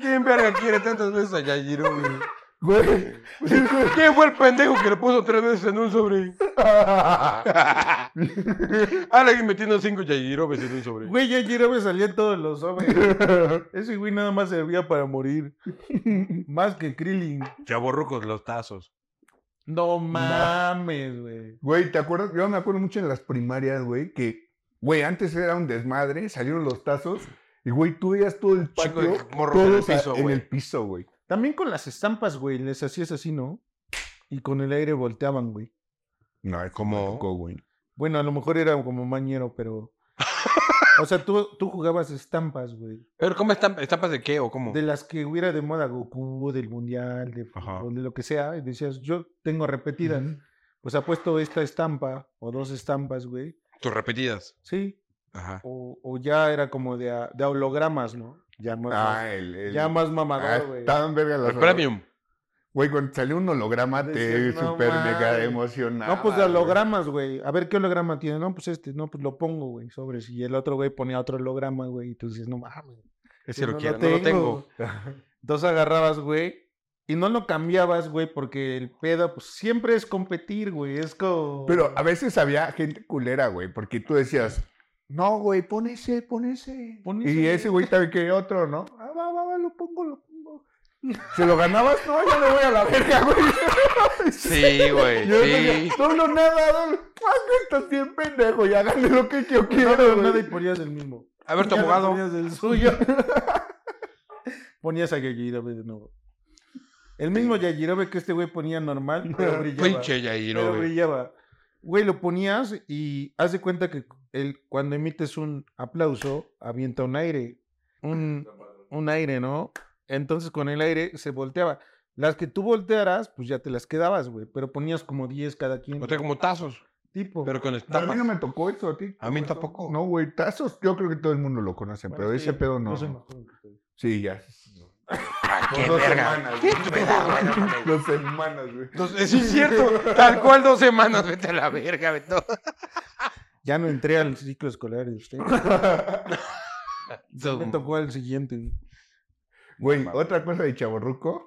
S3: ¿Quién verga quiere tantas veces a Yayiro, güey?
S4: Güey.
S3: ¿Quién fue el pendejo que le puso tres veces en un sobre? Alguien metiendo cinco Yayirobes en un sobre.
S2: Güey, Yajirobe salía en todos los sobres. Ese güey nada más servía para morir. Más que Krillin.
S3: Chaborrucos, los tazos.
S2: No mames, güey.
S4: Güey, ¿te acuerdas? Yo me acuerdo mucho en las primarias, güey, que, güey, antes era un desmadre, salieron los tazos y, güey, tú veías todo el
S3: Chingo
S4: patio,
S3: de morros
S4: todos
S3: en
S4: a-
S3: el piso,
S4: en
S3: güey.
S4: el piso, güey.
S2: También con las estampas, güey. Les hacías así, ¿no? Y con el aire volteaban, güey.
S4: No, es
S3: ¿Cómo?
S4: güey.
S2: Bueno, a lo mejor era como mañero, pero. O sea, tú, tú jugabas estampas, güey.
S3: ¿Pero cómo estampas, estampas de qué o cómo?
S2: De las que hubiera de moda Goku, del Mundial, de,
S3: Ajá.
S2: fútbol, de lo que sea. Y decías, yo tengo repetidas. Pues apuesto esta estampa o dos estampas, güey.
S3: Tus repetidas.
S2: Sí.
S3: Ajá.
S2: O, o ya era como de, a- de hologramas, ¿no? Ya más,
S4: Ah, el... el
S2: ya más
S4: ah,
S2: mamador, güey.
S4: estaban verga las...
S3: El premium.
S4: Güey, cuando salió un holograma te
S2: Decías, no
S4: super mega
S2: mames.
S4: emocionado.
S2: No, pues de hologramas, güey. A ver qué holograma tiene. No, pues este, no, pues lo pongo, güey, sobre Y el otro güey ponía otro holograma, güey. Y tú dices, no mames.
S3: Ese
S2: yo
S3: lo quiero, no lo tengo. <laughs>
S2: Entonces agarrabas, güey. Y no lo cambiabas, güey, porque el pedo, pues siempre es competir, güey. Es como.
S4: Pero a veces había gente culera, güey, porque tú decías, no, güey, pon ese, pon ese.
S2: Pon
S4: Y
S2: ese.
S4: ese güey también quería otro, ¿no? Ah, va, va, va, lo pongo, lo pongo. ¿Se lo ganabas? No, yo le voy a la verga, güey.
S3: Sí, güey.
S4: Yo
S3: Sí.
S4: no, no, nada, doble. Ah, güey, estás bien pendejo, ya gane lo que yo
S2: no,
S4: quiero,
S2: no,
S4: güey.
S2: nada y ponías el mismo.
S3: A ver, tu
S2: Ya no
S3: abogado.
S2: Ponías <laughs> el suyo. ponías a Yajirobe de nuevo. El mismo Yajirobe que este güey ponía <laughs> normal, pero brillaba.
S3: Pinche Yayiro,
S2: pero
S3: güey.
S2: brillaba. Güey, lo ponías y haz de cuenta que el, cuando emites un aplauso, avienta un aire. Un, un aire, ¿no? Entonces con el aire se volteaba. Las que tú voltearas, pues ya te las quedabas, güey. Pero ponías como 10 cada quien.
S3: O sea, como tazos,
S2: tipo.
S3: pero con
S4: A mí
S3: estampa.
S4: no me tocó eso, a ti.
S3: A mí tampoco.
S4: No, güey, tazos, yo creo que todo el mundo lo conoce, pero ese pedo no.
S2: soy más joven que ustedes.
S4: Sí, ya.
S3: Ah, ¡Qué
S4: Dos
S3: verga!
S4: semanas,
S3: ¡Qué
S4: güey.
S3: pedo, güey, no mames!
S4: Dos semanas, güey.
S3: Dos- eh, sí, es cierto.
S4: <laughs>
S3: Tal cual dos semanas, vete a la verga, <laughs> Beto.
S2: Ya no entré al ciclo escolar de usted. Me tocó al siguiente. güey.
S4: Güey, otra cosa de chaborruco.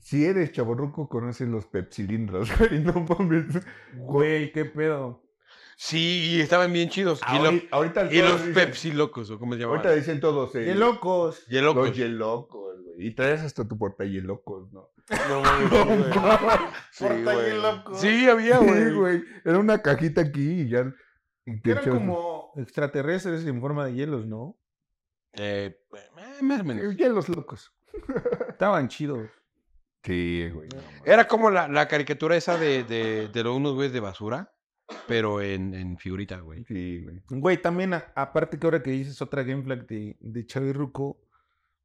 S4: Si eres chaborruco, conoces los pepsilindros, <laughs> güey. No mames.
S2: Güey, qué pedo.
S3: Sí, y estaban bien chidos. Y, lo-
S4: Ahori- ahorita
S3: Ah, y
S4: todos
S3: los
S4: dicen-
S3: Pepsi locos, o cómo se
S4: Ahorita
S3: llamaban.
S4: dicen todos. eh,
S2: ¡Qué locos!
S3: Yelocos.
S4: Los yelocos, güey. Y traes hasta tu porta yelocos, ¿no?
S3: No mames, <laughs> sí, güey. Sí,
S4: <laughs>
S2: Porta
S3: güey.
S2: Yelocos.
S3: Sí, había,
S4: Sí,
S3: güey.
S4: güey. Era una cajita aquí y ya. y te
S2: Eran
S4: echabas-
S2: como extraterrestres en forma de hielos, ¿no?
S3: Eh, eh, más o menos.
S4: Eh, Hielos locos.
S2: Estaban chidos.
S4: Sí, güey. no mames.
S3: Era como la, la caricatura esa de, de, de los unos güeyes de basura, pero en, en figurita, güey.
S4: Sí, güey.
S2: Güey, también, a- aparte que ahora que dices otra Game Flag de, de Chavi Ruco,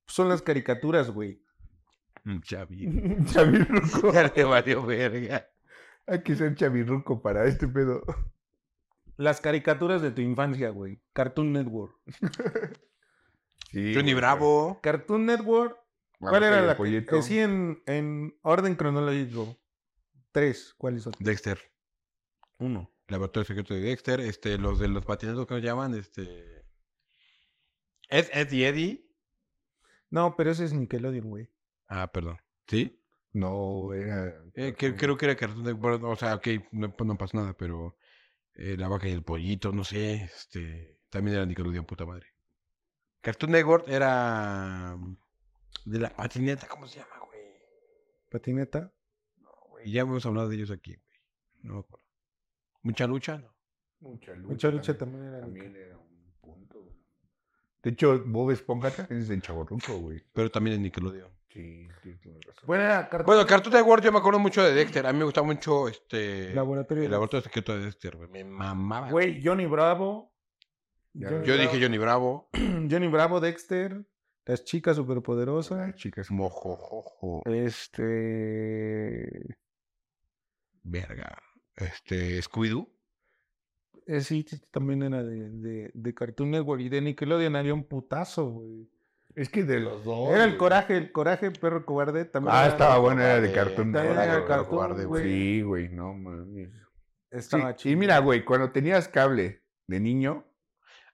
S2: son las caricaturas, güey.
S3: Mm,
S4: <laughs>
S3: Chavi.
S4: Chavirruco.
S3: <laughs> Ya le valió verga.
S4: Hay que ser chavirruco para este pedo.
S2: Las caricaturas de tu infancia, güey. Cartoon Network.
S4: Sí,
S3: Johnny
S4: güey.
S3: Bravo.
S2: Cartoon Network,
S4: La
S2: ¿cuál
S4: boca
S2: era
S4: de
S2: la que,
S4: pollito.
S2: eh, Sí, en, en orden cronológico. Tres, ¿cuáles son?
S3: Dexter.
S2: Uno.
S3: Laboratorio Secreto de Dexter, este, los de los patinetos que nos llaman, este. Ed, Ed y Eddie.
S2: No, pero ese es Nickelodeon, güey.
S3: Ah, perdón. ¿Sí?
S4: No, era.
S3: Eh, creo, creo que era Cartoon Network. O sea, ok, no, pues, no pasa nada, pero. eh, la vaca y el pollito, no sé. Este. También era Nickelodeon, puta madre. Cartoon Network era. mm, De la patineta, ¿cómo se llama, güey?
S2: Patineta.
S3: Güey, Ya hemos hablado de ellos aquí, güey. No me acuerdo. Mucha lucha, ¿no?
S4: Mucha lucha.
S2: Mucha lucha también era.
S4: También era un punto. güey. De hecho, Bob Esponja también es de chaborruco, güey.
S3: Pero también es Nickelodeon.
S4: Sí, tienes razón.
S2: Bueno, era Cartoon
S3: Bueno, Cartoon Network yo me acuerdo mucho de Dexter. A mí me gustaba mucho este.
S2: Laboratorio.
S3: El laboratorio secreto de Dexter, güey. Me mamaba.
S2: Güey, Johnny Bravo.
S4: Ya,
S3: yo dije Johnny Bravo.
S2: Bravo- Johnny Bravo, Dexter. Las chicas superpoderosas.
S4: Las chicas.
S3: Mojojojo.
S2: Este.
S3: Verga. Este, Scooby-Doo.
S2: Eh, sí, sí, también era de, de, de Cartoon Network y de Nickelodeon había un putazo, güey.
S4: Es que de los dos.
S2: Era el
S4: güey.
S2: coraje, el coraje, perro cobarde. También
S4: Ah,
S2: era-
S4: estaba bueno, era de
S3: Eh,
S4: cartón.
S2: también
S4: Network,
S2: era
S4: güey,
S2: Cartoon,
S4: cobarde,
S2: güey.
S4: Sí, güey, no mames. Sí,
S2: Estaba
S4: y mira, güey, cuando tenías cable de niño.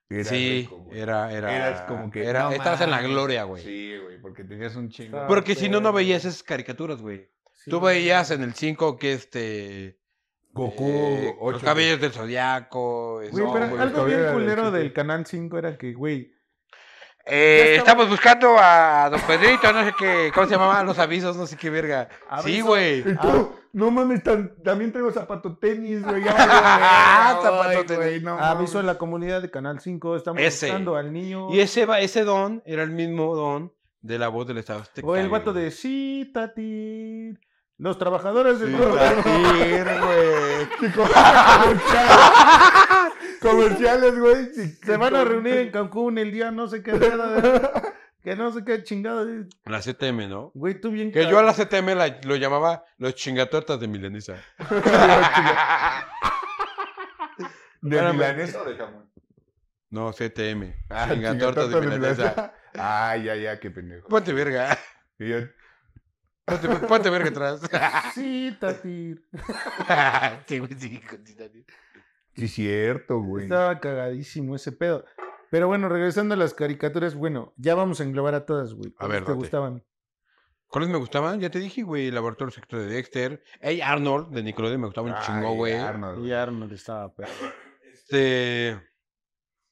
S4: era
S3: sí,
S4: rico, güey.
S3: era, era.
S4: Eras como que,
S3: era-
S4: no
S3: estabas en la
S4: mames.
S3: gloria, güey.
S4: Sí, güey, porque tenías un chingo.
S2: Estaba-
S3: Porque si no, no veías esas caricaturas, güey. Tú veías en el 5 que este.
S4: Goku,
S3: eh, los
S4: ocho,
S3: cabellos del zodiaco.
S2: Güey,
S4: No,
S2: pero
S4: güey,
S2: algo
S4: todavía
S2: bien
S4: era de
S2: culero
S4: chiste.
S2: del Canal 5 era que,
S4: <laughs>
S2: güey,
S3: Eh, estamos buscando a Don Pedrito, no sé qué. ¿Cómo se llamaban los avisos? No sé qué verga. Sí,
S2: Avisos.
S3: güey.
S4: Y tú,
S2: ah,
S4: no mames, tan- también traigo zapato tenis,
S2: <laughs>
S4: güey. ya
S3: Ah,
S4: valió verga,
S3: zapato
S4: ay,
S3: tenis.
S4: güey, no
S2: Ah, aviso a
S4: mames.
S2: la comunidad de Canal 5, estamos
S3: Ese.
S2: buscando al niño.
S3: Y ese, va- ese don era el mismo don de la voz del Estado Azteca.
S2: o el
S3: güey.
S2: vato de sí, Tati. Los trabajadores del
S4: Sí,
S2: pueblo". <laughs>
S4: güey. Comerciales. Comerciales, güey. sí,
S2: "Ah, se van a
S4: con-
S2: reunir en Cancún el día no sé qué nada, que no sé qué chingada.
S3: La CTM, ¿no?
S2: Güey, tú bien
S3: Que
S2: ca-
S3: yo a la CTM la- lo llamaba los chingatuertas de Milanesa.
S4: ¿De milanesa o de jamón?
S3: No, CTM. <laughs>
S4: Ah,
S3: chingatuertas de
S4: chingatorta
S3: Milanesa.
S4: Ah, ya, ya, qué pendejo.
S3: Ponte verga.
S4: Y yo-
S3: Ponte, ponte verga atrás. <laughs>
S2: Sí, Tati.
S3: Sí, güey, sí, con titanio.
S4: Sí, cierto, güey.
S2: Estaba cagadísimo ese pedo. Pero bueno, regresando a las caricaturas, bueno, ya vamos a englobar a todas, güey.
S3: A ver,
S2: ¿Te
S3: date.
S2: gustaban?
S3: ¿Cuáles me gustaban? Ya te dije, güey. El laboratorio secreto de Dexter. Hey, Arnold, de Nickelodeon, me gustaba un
S4: Ay,
S3: chingo, güey.
S4: Arnold, güey.
S2: Arnold estaba pedo.
S3: Este.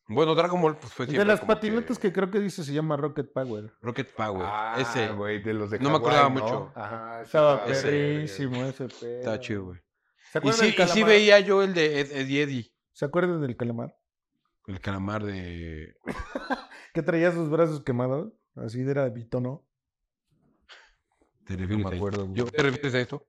S3: Bueno, Dragon Ball, pues fue
S2: De
S3: siempre.
S2: las
S3: como
S2: patinetas que... creo que dice se llama Rocket Power.
S3: Rocket Power.
S4: Ah,
S3: ese.
S4: güey, de los de
S3: No me
S4: Hawái,
S3: acordaba mucho.
S4: Ajá,
S2: Estaba
S4: sí,
S3: Ese.
S2: perrísimo ese pedo.
S3: Estaba chido, güey.
S2: ¿Se
S3: Y
S2: acuerdan,
S3: sí,
S2: del
S3: y sí
S2: calamar?
S3: veía yo el de Ed, Ed y Eddie.
S2: ¿Se acuerdan del calamar?
S3: El calamar de.
S2: Que traía sus brazos quemados. Así era bitono.
S3: ¿Te refieres
S4: me
S3: a
S4: acuerdo,
S3: esto?
S4: güey.
S3: Yo- ¿Te refieres a esto?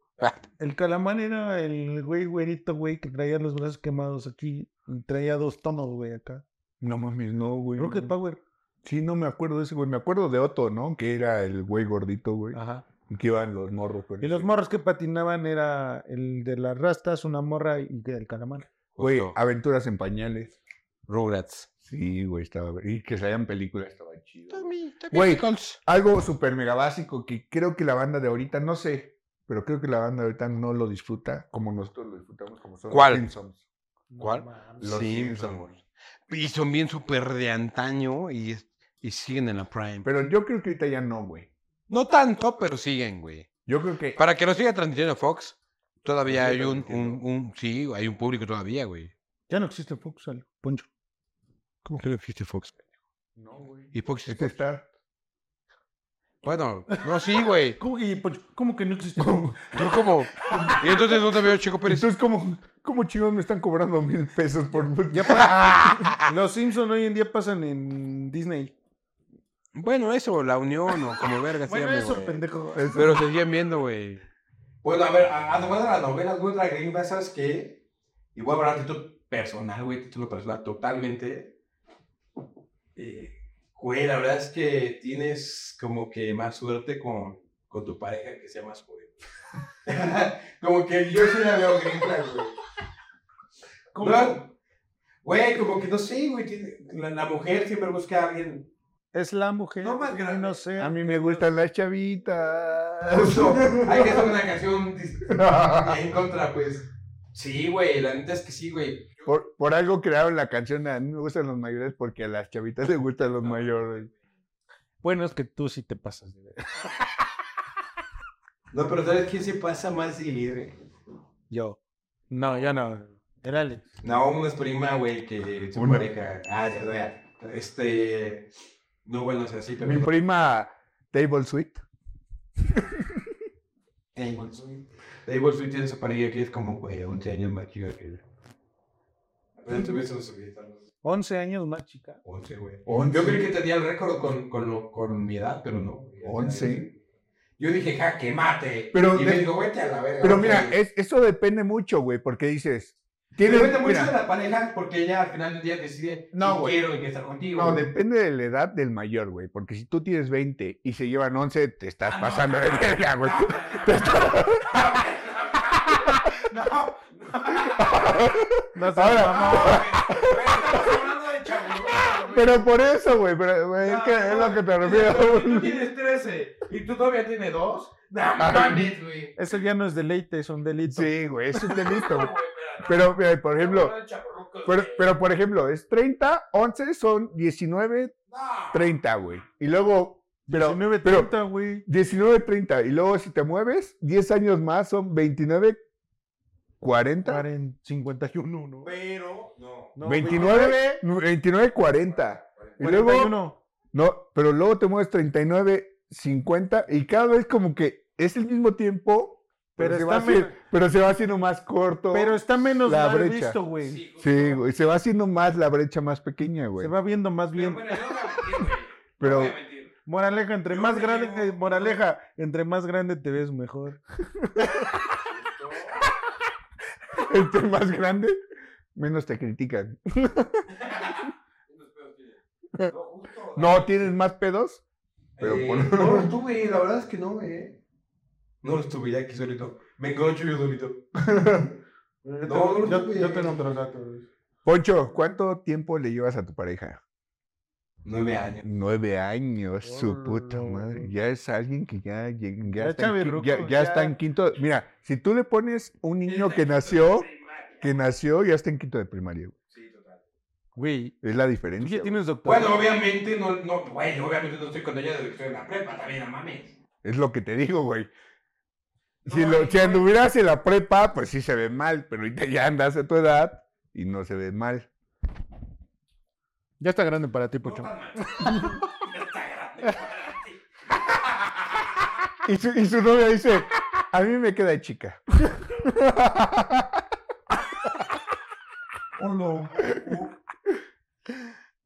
S2: El calamar era el güey güerito, güey, que traía los brazos quemados aquí. Y traía dos tonos, güey, acá.
S4: No mames, no, güey.
S2: Rocket
S4: no.
S2: Power.
S4: Sí, no me acuerdo de ese, güey. Me acuerdo de Otto, ¿no? Que era el güey gordito, güey.
S2: Ajá.
S4: Y Que iban los morros. con
S2: Y los
S4: ese.
S2: morros que patinaban era el de las rastas, una morra y el calamar.
S4: Güey,
S5: Justo.
S4: aventuras en pañales.
S5: Rugrats.
S4: Sí, güey, estaba. Y que salían películas, estaba chido.
S5: Tommy, Tommy
S4: Güey.
S5: Pickles.
S4: Algo súper mega básico que creo que la banda de ahorita, no sé, pero creo que la banda de ahorita no lo disfruta como nosotros lo disfrutamos, como son
S5: ¿Cuál?
S4: los Simpsons.
S5: ¿Cuál?
S4: Los
S5: Sí,
S4: Simpsons,
S5: güey.
S4: güey.
S5: Y son bien súper de antaño y, es- y siguen en la Prime.
S4: Pero yo creo que ahorita ya no, güey.
S5: no tanto, pero siguen, güey.
S4: Yo creo que.
S5: Para que lo siga transmitiendo Fox, todavía
S4: Lo
S5: hay
S4: sigue
S5: un, un,
S4: transmitiendo.
S5: un- Sí, hay un público todavía, güey.
S2: Ya no existe Fox, sale, Poncho.
S5: ¿Cómo que no existe Fox?
S4: No, güey.
S5: Y Fox es-
S4: Este está.
S5: Bueno, no, sí, güey.
S2: ¿Cómo que, Poncho? ¿Cómo que no existe
S5: Yo como. Y entonces no te veo, Chico Pérez.
S4: Entonces, ¿cómo, cómo chingón me están cobrando mil pesos por.
S2: <laughs> Ya
S3: <laughs>
S2: pa- Los Simpsons hoy en día pasan en Disney.
S5: Bueno, eso, la unión o como verga se llame, güey.
S2: pendejo.
S5: Pero se siguen viendo, güey.
S3: Bueno, a ver, a- haz de cuenta las novelas, güey, la gringa, ¿sabes qué? Y voy a hablar a título personal, güey, título personal, totalmente. Eh, güey, la verdad es que tienes como que más suerte con, con tu pareja que sea más joven. <laughs> como que yo sí la veo gringa, güey.
S2: ¿Cómo?
S3: No, Güey, como que no sé, güey, tiene- la, la mujer siempre busca a alguien.
S2: Es la mujer.
S3: No
S4: <laughs>
S3: más grande.
S2: No sé.
S4: A mí me gustan las chavitas.
S3: <laughs> Justo, hay que hacer una canción dis-
S4: <laughs>
S3: en contra, pues. Sí, güey, la neta es que sí, güey.
S4: Por, por algo crearon la canción A mí me gustan los mayores porque a las chavitas les gustan los mayores.
S2: Bueno, es que tú sí te pasas. de ver.
S3: No, pero ¿sabes quién se pasa más y...
S2: Yo. No, yo no. Era Alex.
S3: No, una es prima, güey, que su
S4: Una.
S3: pareja... Ah, ya, ya. Este... No, bueno, o sea, sí, pero...
S4: Mi prima Table Sweet.
S3: Table Sweet. Table Sweet tiene su pareja que es como, güey, 11 años más chica que él. Pero tuviste un subidita, ¿no?
S2: 11 años más chica.
S3: 11, güey. Yo creí que tenía el récord con, con, lo- con mi edad, pero no. güey.
S4: 11.
S3: Yo dije, ja, que mate.
S4: Pero
S3: y
S4: de-
S3: me dijo, vete a la verga.
S4: Pero
S3: güey".
S4: mira, eh, es- eso depende mucho, güey, porque dices. Tienes,
S3: Depende mucho
S4: mira,
S3: de la pareja porque ella al final del día decide
S4: No,
S3: si
S4: güey.
S3: quiero y que está contigo.
S4: no,
S3: güey.
S4: depende de la edad del mayor, güey. Porque si tú tienes 20 y se llevan 11, te estás
S3: Ah, no. Ah,
S4: pasando de verga, güey.
S3: No, no.
S2: No sé.
S4: Ahora,
S3: Estamos hablando de chaburrucos, güey.
S4: pero por eso, güey, pero, güey, es, que es lo que te refiero.
S3: Tú tienes 13 y tu novia tiene 2. No mames, güey.
S2: Eso ya no es deleite, es un delito.
S4: Ah, Sí, güey, es un delito.
S3: No,
S4: güey.
S3: güey, espérate.
S4: Pero, mira, por
S3: Estamos
S4: ejemplo,
S3: hablando de chaburrucos,
S4: pero,
S3: güey.
S4: pero por ejemplo, es 30, 11 son 19,
S3: No.
S4: 30, güey. Y luego, pero,
S2: 19,
S4: pero-
S2: 30, güey.
S4: 19, 30. Y luego si te mueves, 10 años más son 29, 40.
S2: 40, 51, ¿no?
S3: Pero, no.
S2: Ah, No,
S4: 29, 29, 40. Y luego,
S2: 41.
S4: no, pero luego te mueves 39, 50. Y cada vez como que es el mismo tiempo, pero,
S2: Pero
S4: se, va
S2: está
S4: haciendo,
S2: menos-
S4: pero se va haciendo más corto.
S2: Pero está menos
S4: La
S2: mal
S4: brecha.
S2: visto, güey.
S3: Sí, justo.
S4: Sí, güey, se va haciendo más la brecha más pequeña,
S2: Se
S4: güey.
S2: va viendo más
S3: Pero
S2: bien.
S3: bueno, yo no voy a mentir, güey. No
S4: Pero
S3: voy a mentir.
S2: Moraleja, entre
S3: Yo
S2: más
S3: me
S2: grande,
S3: llevo-
S2: eh, moraleja, entre más grande te ves mejor.
S4: entre Este, más grande, menos te critican.
S2: <laughs>
S3: No, justo.
S4: No, tienes más pedos. Pero
S3: Eh,
S4: por-
S3: No lo tuve, la verdad es que no, eh. No lo tuve ya aquí solito. Me enconcho yo solito.
S2: Yo
S3: No,
S2: tengo-
S3: no,
S2: yo,
S3: güey.
S2: yo tengo otro dato. güey.
S4: <laughs> Poncho, ¿cuánto tiempo le llevas a tu pareja?
S3: Nueve años.
S4: Nueve años, su puta
S2: Olo.
S4: madre. Ya es alguien que ya, lleg- ya,
S2: Ya
S4: está, en
S2: chavirruco,
S4: qui- ya- ya
S2: ya.
S4: está en quinto. Mira, si tú le pones un niño que nació, que nació, ya está en quinto de primaria. güey.
S3: Sí, total.
S2: Güey,
S4: Es la
S2: tú
S4: diferencia.
S2: ya tienes doctorado.
S3: Bueno, obviamente no, no, güey, obviamente no estoy con ella desde que estoy en la prepa, también, no mames.
S4: güey. Es lo que te digo, güey. Si,
S3: No,
S4: lo,
S3: ay,
S4: si
S3: no.
S4: anduvieras en la prepa, pues sí se ve mal, pero ahorita ya andas a tu edad y no se ve mal.
S2: Ya está grande para ti,
S3: No
S2: Pocho.
S3: tan mal. Ya está grande para ti.
S4: Y su, y su novia dice, a mí me queda chica.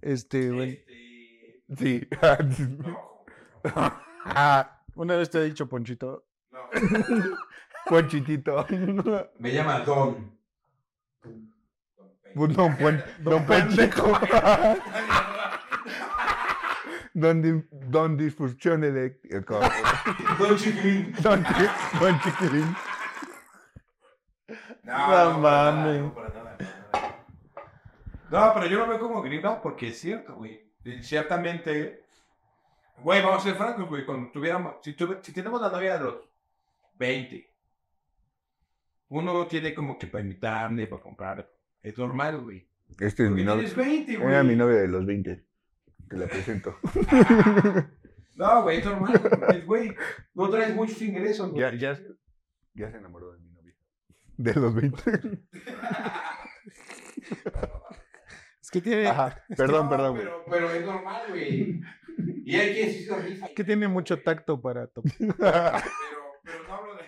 S2: Este, güey.
S3: Este,
S4: Sí.
S3: no,
S4: Ah,
S2: Una vez te he dicho, Ponchito.
S3: no.
S4: Ponchitito.
S3: Me llama Don. Don Pedro.
S4: Pues, Don, Puen- don Pendejo. Don, Di- don Disfusione de. eh, co-
S3: Don Chiquilín.
S4: Don, Chi- don Chiquilín.
S3: No,
S2: No
S3: no, para
S2: mames.
S3: nada, no, para nada, para nada. No, pero yo lo veo como grima porque es cierto, güey. Y Ciertamente, güey, vamos a ser francos, güey. Cuando tuviéramos, si, tuve- si tenemos la novia de los 20, uno tiene como que para invitarle, para comprar. Es normal, güey.
S4: Este es mi novio.
S3: Tienes 20, güey.
S4: Era mi novia de los 20. Te la presento.
S3: <laughs> No, güey, es normal. güey, Güey, no traes muchos ingresos, güey.
S4: Ya, ya, se- ya se enamoró de mi novia. De los 20.
S2: <laughs> Es que tiene,
S4: Ajá. Perdón,
S3: No,
S4: perdón, güey.
S3: Pero, pero es normal, güey. Y hay que decir rifa.
S2: que tiene mucho tacto para to-
S3: Pero, pero no hablo de.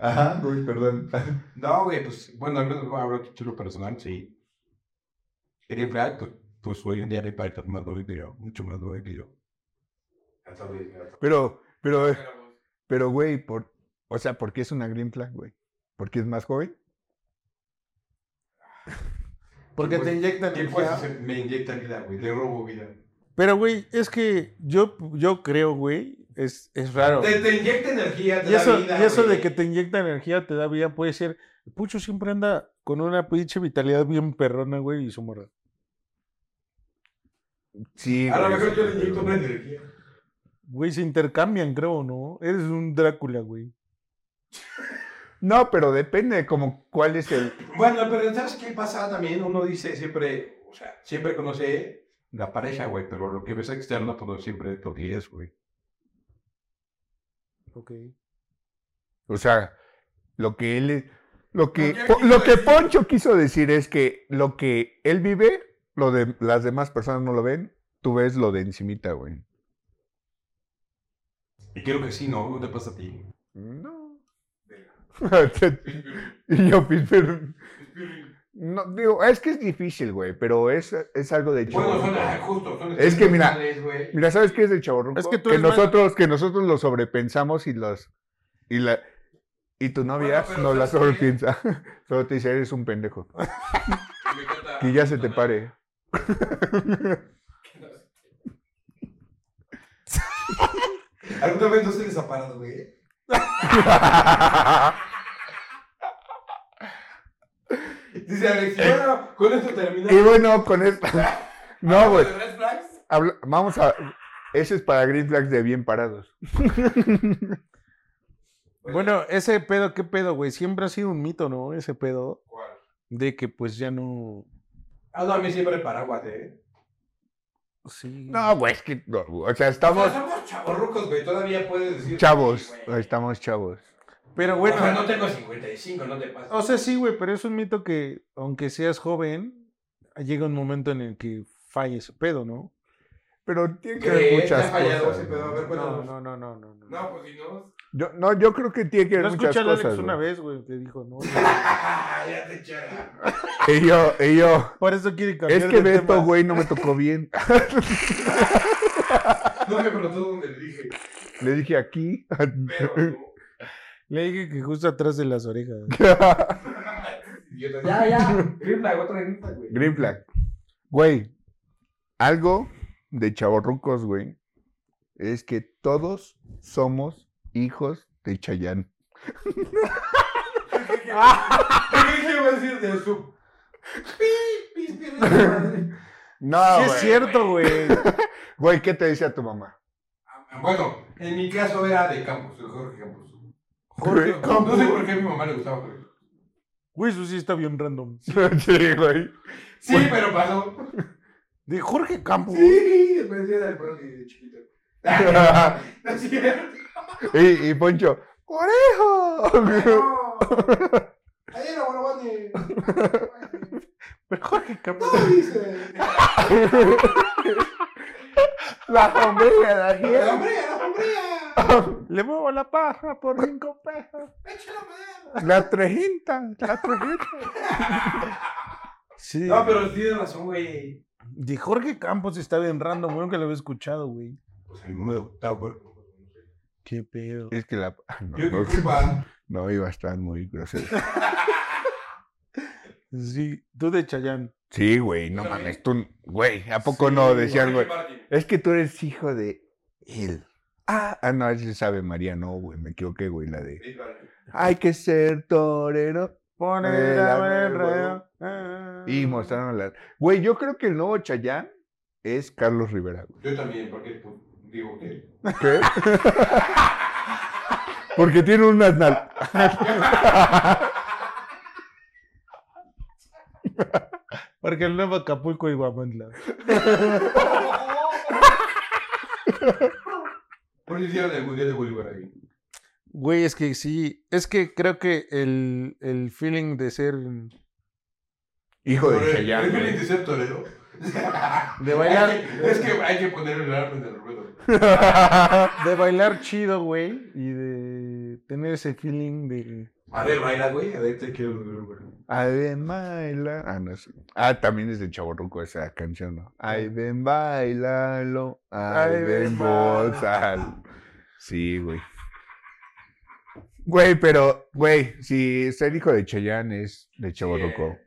S4: Ajá, güey, perdón.
S3: No, güey, pues, bueno, al menos hablo de título personal, sí. En verdad, pues, pues hoy en día hay parejas más doble que yo, mucho más doble que yo.
S4: <laughs> Pero, pero,
S2: Pues,
S4: eh, pero, güey, por, o sea, ¿por qué es una green flag, güey? ¿Porque es más joven?
S2: Porque te inyectan
S3: ¿Qué
S2: el
S3: puedes
S2: jab.
S3: hacer? Me inyecta vida, güey, le robo vida.
S2: Pero, güey, es que yo, yo creo, güey, es, es raro.
S3: Te, te inyecta energía, te
S2: Y
S3: da
S2: eso,
S3: vida,
S2: y eso de
S3: güey.
S2: que te inyecta energía, te da vida, puede ser. El Pucho siempre anda con una pinche vitalidad bien perrona, güey, y su morra.
S4: Sí,
S3: A lo
S4: güey,
S3: mejor yo le
S4: pero-
S3: inyecto una energía.
S2: Güey, se intercambian, creo, ¿no? Eres un Drácula, güey.
S4: No, pero depende como cuál es el...
S3: Bueno, pero ¿sabes qué pasa también? Uno dice siempre, o sea, siempre conoce la pareja, güey, pero lo que ves externo, pues no siempre es lo que es, güey.
S2: Ok.
S4: O sea, lo que él es- Lo que,
S3: que él
S4: po-
S3: quiso
S4: lo que
S3: decir.
S4: Poncho quiso decir es que lo que él vive, lo de las demás personas no lo ven, tú ves lo de encimita, güey.
S3: Y creo que sí, ¿no? ¿No te pasa a ti?
S4: No. y yo, pues, pero- No, digo, es que es difícil, güey, pero es, es algo de
S3: Bueno, son
S4: chavorruco.
S3: ah, justo. Son
S4: Es que mira,
S3: especiales, güey.
S4: Mira, ¿sabes qué es de chavorruco?
S2: Es que tú
S4: que
S2: eres más-
S4: nosotros, que nosotros lo sobrepensamos y los y la y tu novia
S3: Bueno, pero
S4: no la
S3: ¿sabes qué?
S4: sobrepiensa. <laughs> Solo te dice, eres un pendejo.
S3: <laughs> Me encanta.
S4: Que ya se te pare.
S3: <laughs> ¿Alguna vez no se les ha parado,
S4: <laughs>
S3: güey? Dice Alex, bueno, con esto termina.
S4: y bueno, con
S3: <laughs>
S4: esto. No, güey.
S3: ¿De Red Flags?
S4: habla- Vamos a. Ese es para Green Flags de bien parados.
S2: Bueno, ese pedo, ¿qué pedo, güey? Siempre ha sido un mito, ¿no? Ese pedo
S3: ¿Cuál?
S2: de que pues ya no...
S3: Ah, no, a mí siempre paraguas, ¿eh?
S2: Sí.
S4: No, güey, es que. no, o sea,
S3: Somos,
S4: estamos
S3: somos chavorrucos, güey, todavía puedes decir.
S4: chavos.
S3: Sí, güey.
S4: Estamos chavos.
S2: Pero bueno,
S3: O sea, no tengo 55, no te pases.
S2: O sea, sí, güey, pero es un mito que, aunque seas joven, llega un momento en el que falla ese pedo, ¿no?
S4: Pero tiene que
S3: ¿Crees?
S4: ver
S3: ¿Te
S4: muchas
S3: ha fallado
S4: cosas.
S3: ese pedo? A
S4: ¿no?
S3: ver,
S2: No,
S3: cuéntanos.
S2: no, no, no, no. No,
S3: No, pues si no. <laughs>
S4: Yo, no, yo creo que tiene que ver
S2: no
S4: muchas
S2: escuché a
S4: cosas.
S2: Alex una
S4: güey.
S2: vez, güey, que dijo, no.
S3: ya te echaron.
S4: Y yo, y yo.
S2: Por eso quiere cambiar
S4: Es que
S2: de
S4: Beto,
S2: tema.
S4: güey, no me tocó bien.
S3: <laughs> No me preguntó dónde le dije,
S4: Le dije aquí.
S3: pero. no.
S2: Le dije que justo atrás de las <laughs> orejas.
S3: Idiota. Ya, ya. Green flag, otra green flag, güey.
S4: <laughs> Green flag. Güey, algo de chavorrucos, güey, es que todos somos hijos de Chayán.
S3: ¿Qué dije, iba a decir de su. <laughs> Pi, pi, pi, de su madre?
S4: No,
S2: sí,
S4: güey.
S2: es cierto, güey.
S4: Güey, ¿qué te decía tu mamá? <laughs>
S3: Bueno, en mi caso era de Campos, de Jorge Campos.
S4: Jorge
S3: No sé por qué a mi mamá le gustaba Jorge.
S2: <laughs> Güey, eso sí está bien random.
S4: sí, <laughs> güey.
S3: Sí, pero pasó.
S2: De Jorge Campos.
S3: Sí, me decía del Brody de chiquito. <laughs> No es cierto.
S4: y, y Poncho, ¡Orejo!
S3: No. Ahí era
S7: <laughs>
S3: Borbone.
S2: Pero Jorge Campos.
S3: No, dice.
S4: la sombrilla, la
S3: La
S4: hiel.
S3: hombría, la hombría.
S2: Le muevo la paja por cinco pesos.
S3: Échalo para allá.
S4: La trejinta, la trejinta.
S2: Sí.
S3: No, pero tiene razón, güey.
S2: De Jorge Campos está bien random, güey, que lo había escuchado, güey.
S3: Pues a mí me gustaba, güey.
S2: Qué pedo.
S4: Es que la... Ah, No,
S3: Yo
S4: no,
S3: qué culpa.
S4: no, iba a estar muy grosero.
S2: Sí, tú de Chayán.
S4: <laughs> Sí, güey, no mames. Tú, güey, ¿a poco
S7: Sí,
S4: no decían,
S7: Ricky
S4: güey?
S7: Martin.
S4: Es que tú eres hijo de él. Ah, ah, no, ese sabe María, no, güey, me equivoqué, güey, la de.
S7: Ricky Martin.
S4: Hay que ser torero.
S2: Pone
S4: Eh,
S2: la
S4: la
S2: mano en el
S4: mano,
S2: radio. Ah.
S4: Y mostraron la. Güey, yo creo que el nuevo Chayán es Carlos Rivera, güey.
S7: Yo también, porque pues, digo que.
S4: ¿Qué? Porque tiene unas nal-
S2: Porque el nuevo Acapulco y Guamantla.
S7: ¿Por qué hicieron el mundial de Bolívar ahí?
S2: Güey, es que sí. Es que creo que el, el feeling de ser. De
S4: Hijo de
S7: ¿Es
S4: Chayán.
S7: que
S4: güey.
S7: intercepto, Leo?
S2: bailar.
S7: Hay que- <laughs> Es que hay que poner el arma en el ruedo.
S2: De bailar chido, güey. Y de tener ese feeling de.
S7: A ver, baila, güey. A ver, te quiero ver, güey.
S4: Ay, ven, baila. Ah, no sé. Ah, también es de Chaborruco esa canción, ¿no? Ay, ven, bailalo. Ay,
S2: Ay,
S4: ven,
S2: ven, baila.
S4: gózalo. Sí, güey. Güey, pero, güey, si ser hijo de Chayán es de Chaborruco.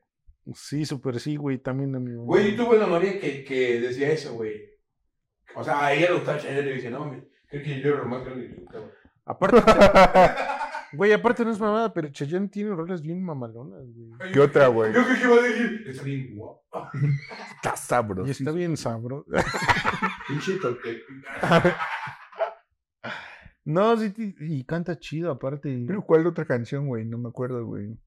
S2: pues Sí, súper sí, güey. También a mi mamá.
S7: Güey, yo tuve una novia que, que decía eso, güey. O sea, a ella le gustaba Chayanne y le dice, no, mami, creo que yo era lo más grande que le gustaba. <laughs>
S2: Aparte. Güey, aparte no es mamada, pero Chayanne tiene rolas bien mamalonas, güey.
S4: ¿Qué otra, güey?
S7: Yo creo que iba a decir, está bien guapo.
S4: <laughs> Está
S2: Y
S4: sabroso.
S2: está bien sabro.
S7: Pinche toque.
S2: No, sí, ti- y canta chido, aparte.
S4: Pero, ¿cuál otra canción, güey? No me acuerdo, güey.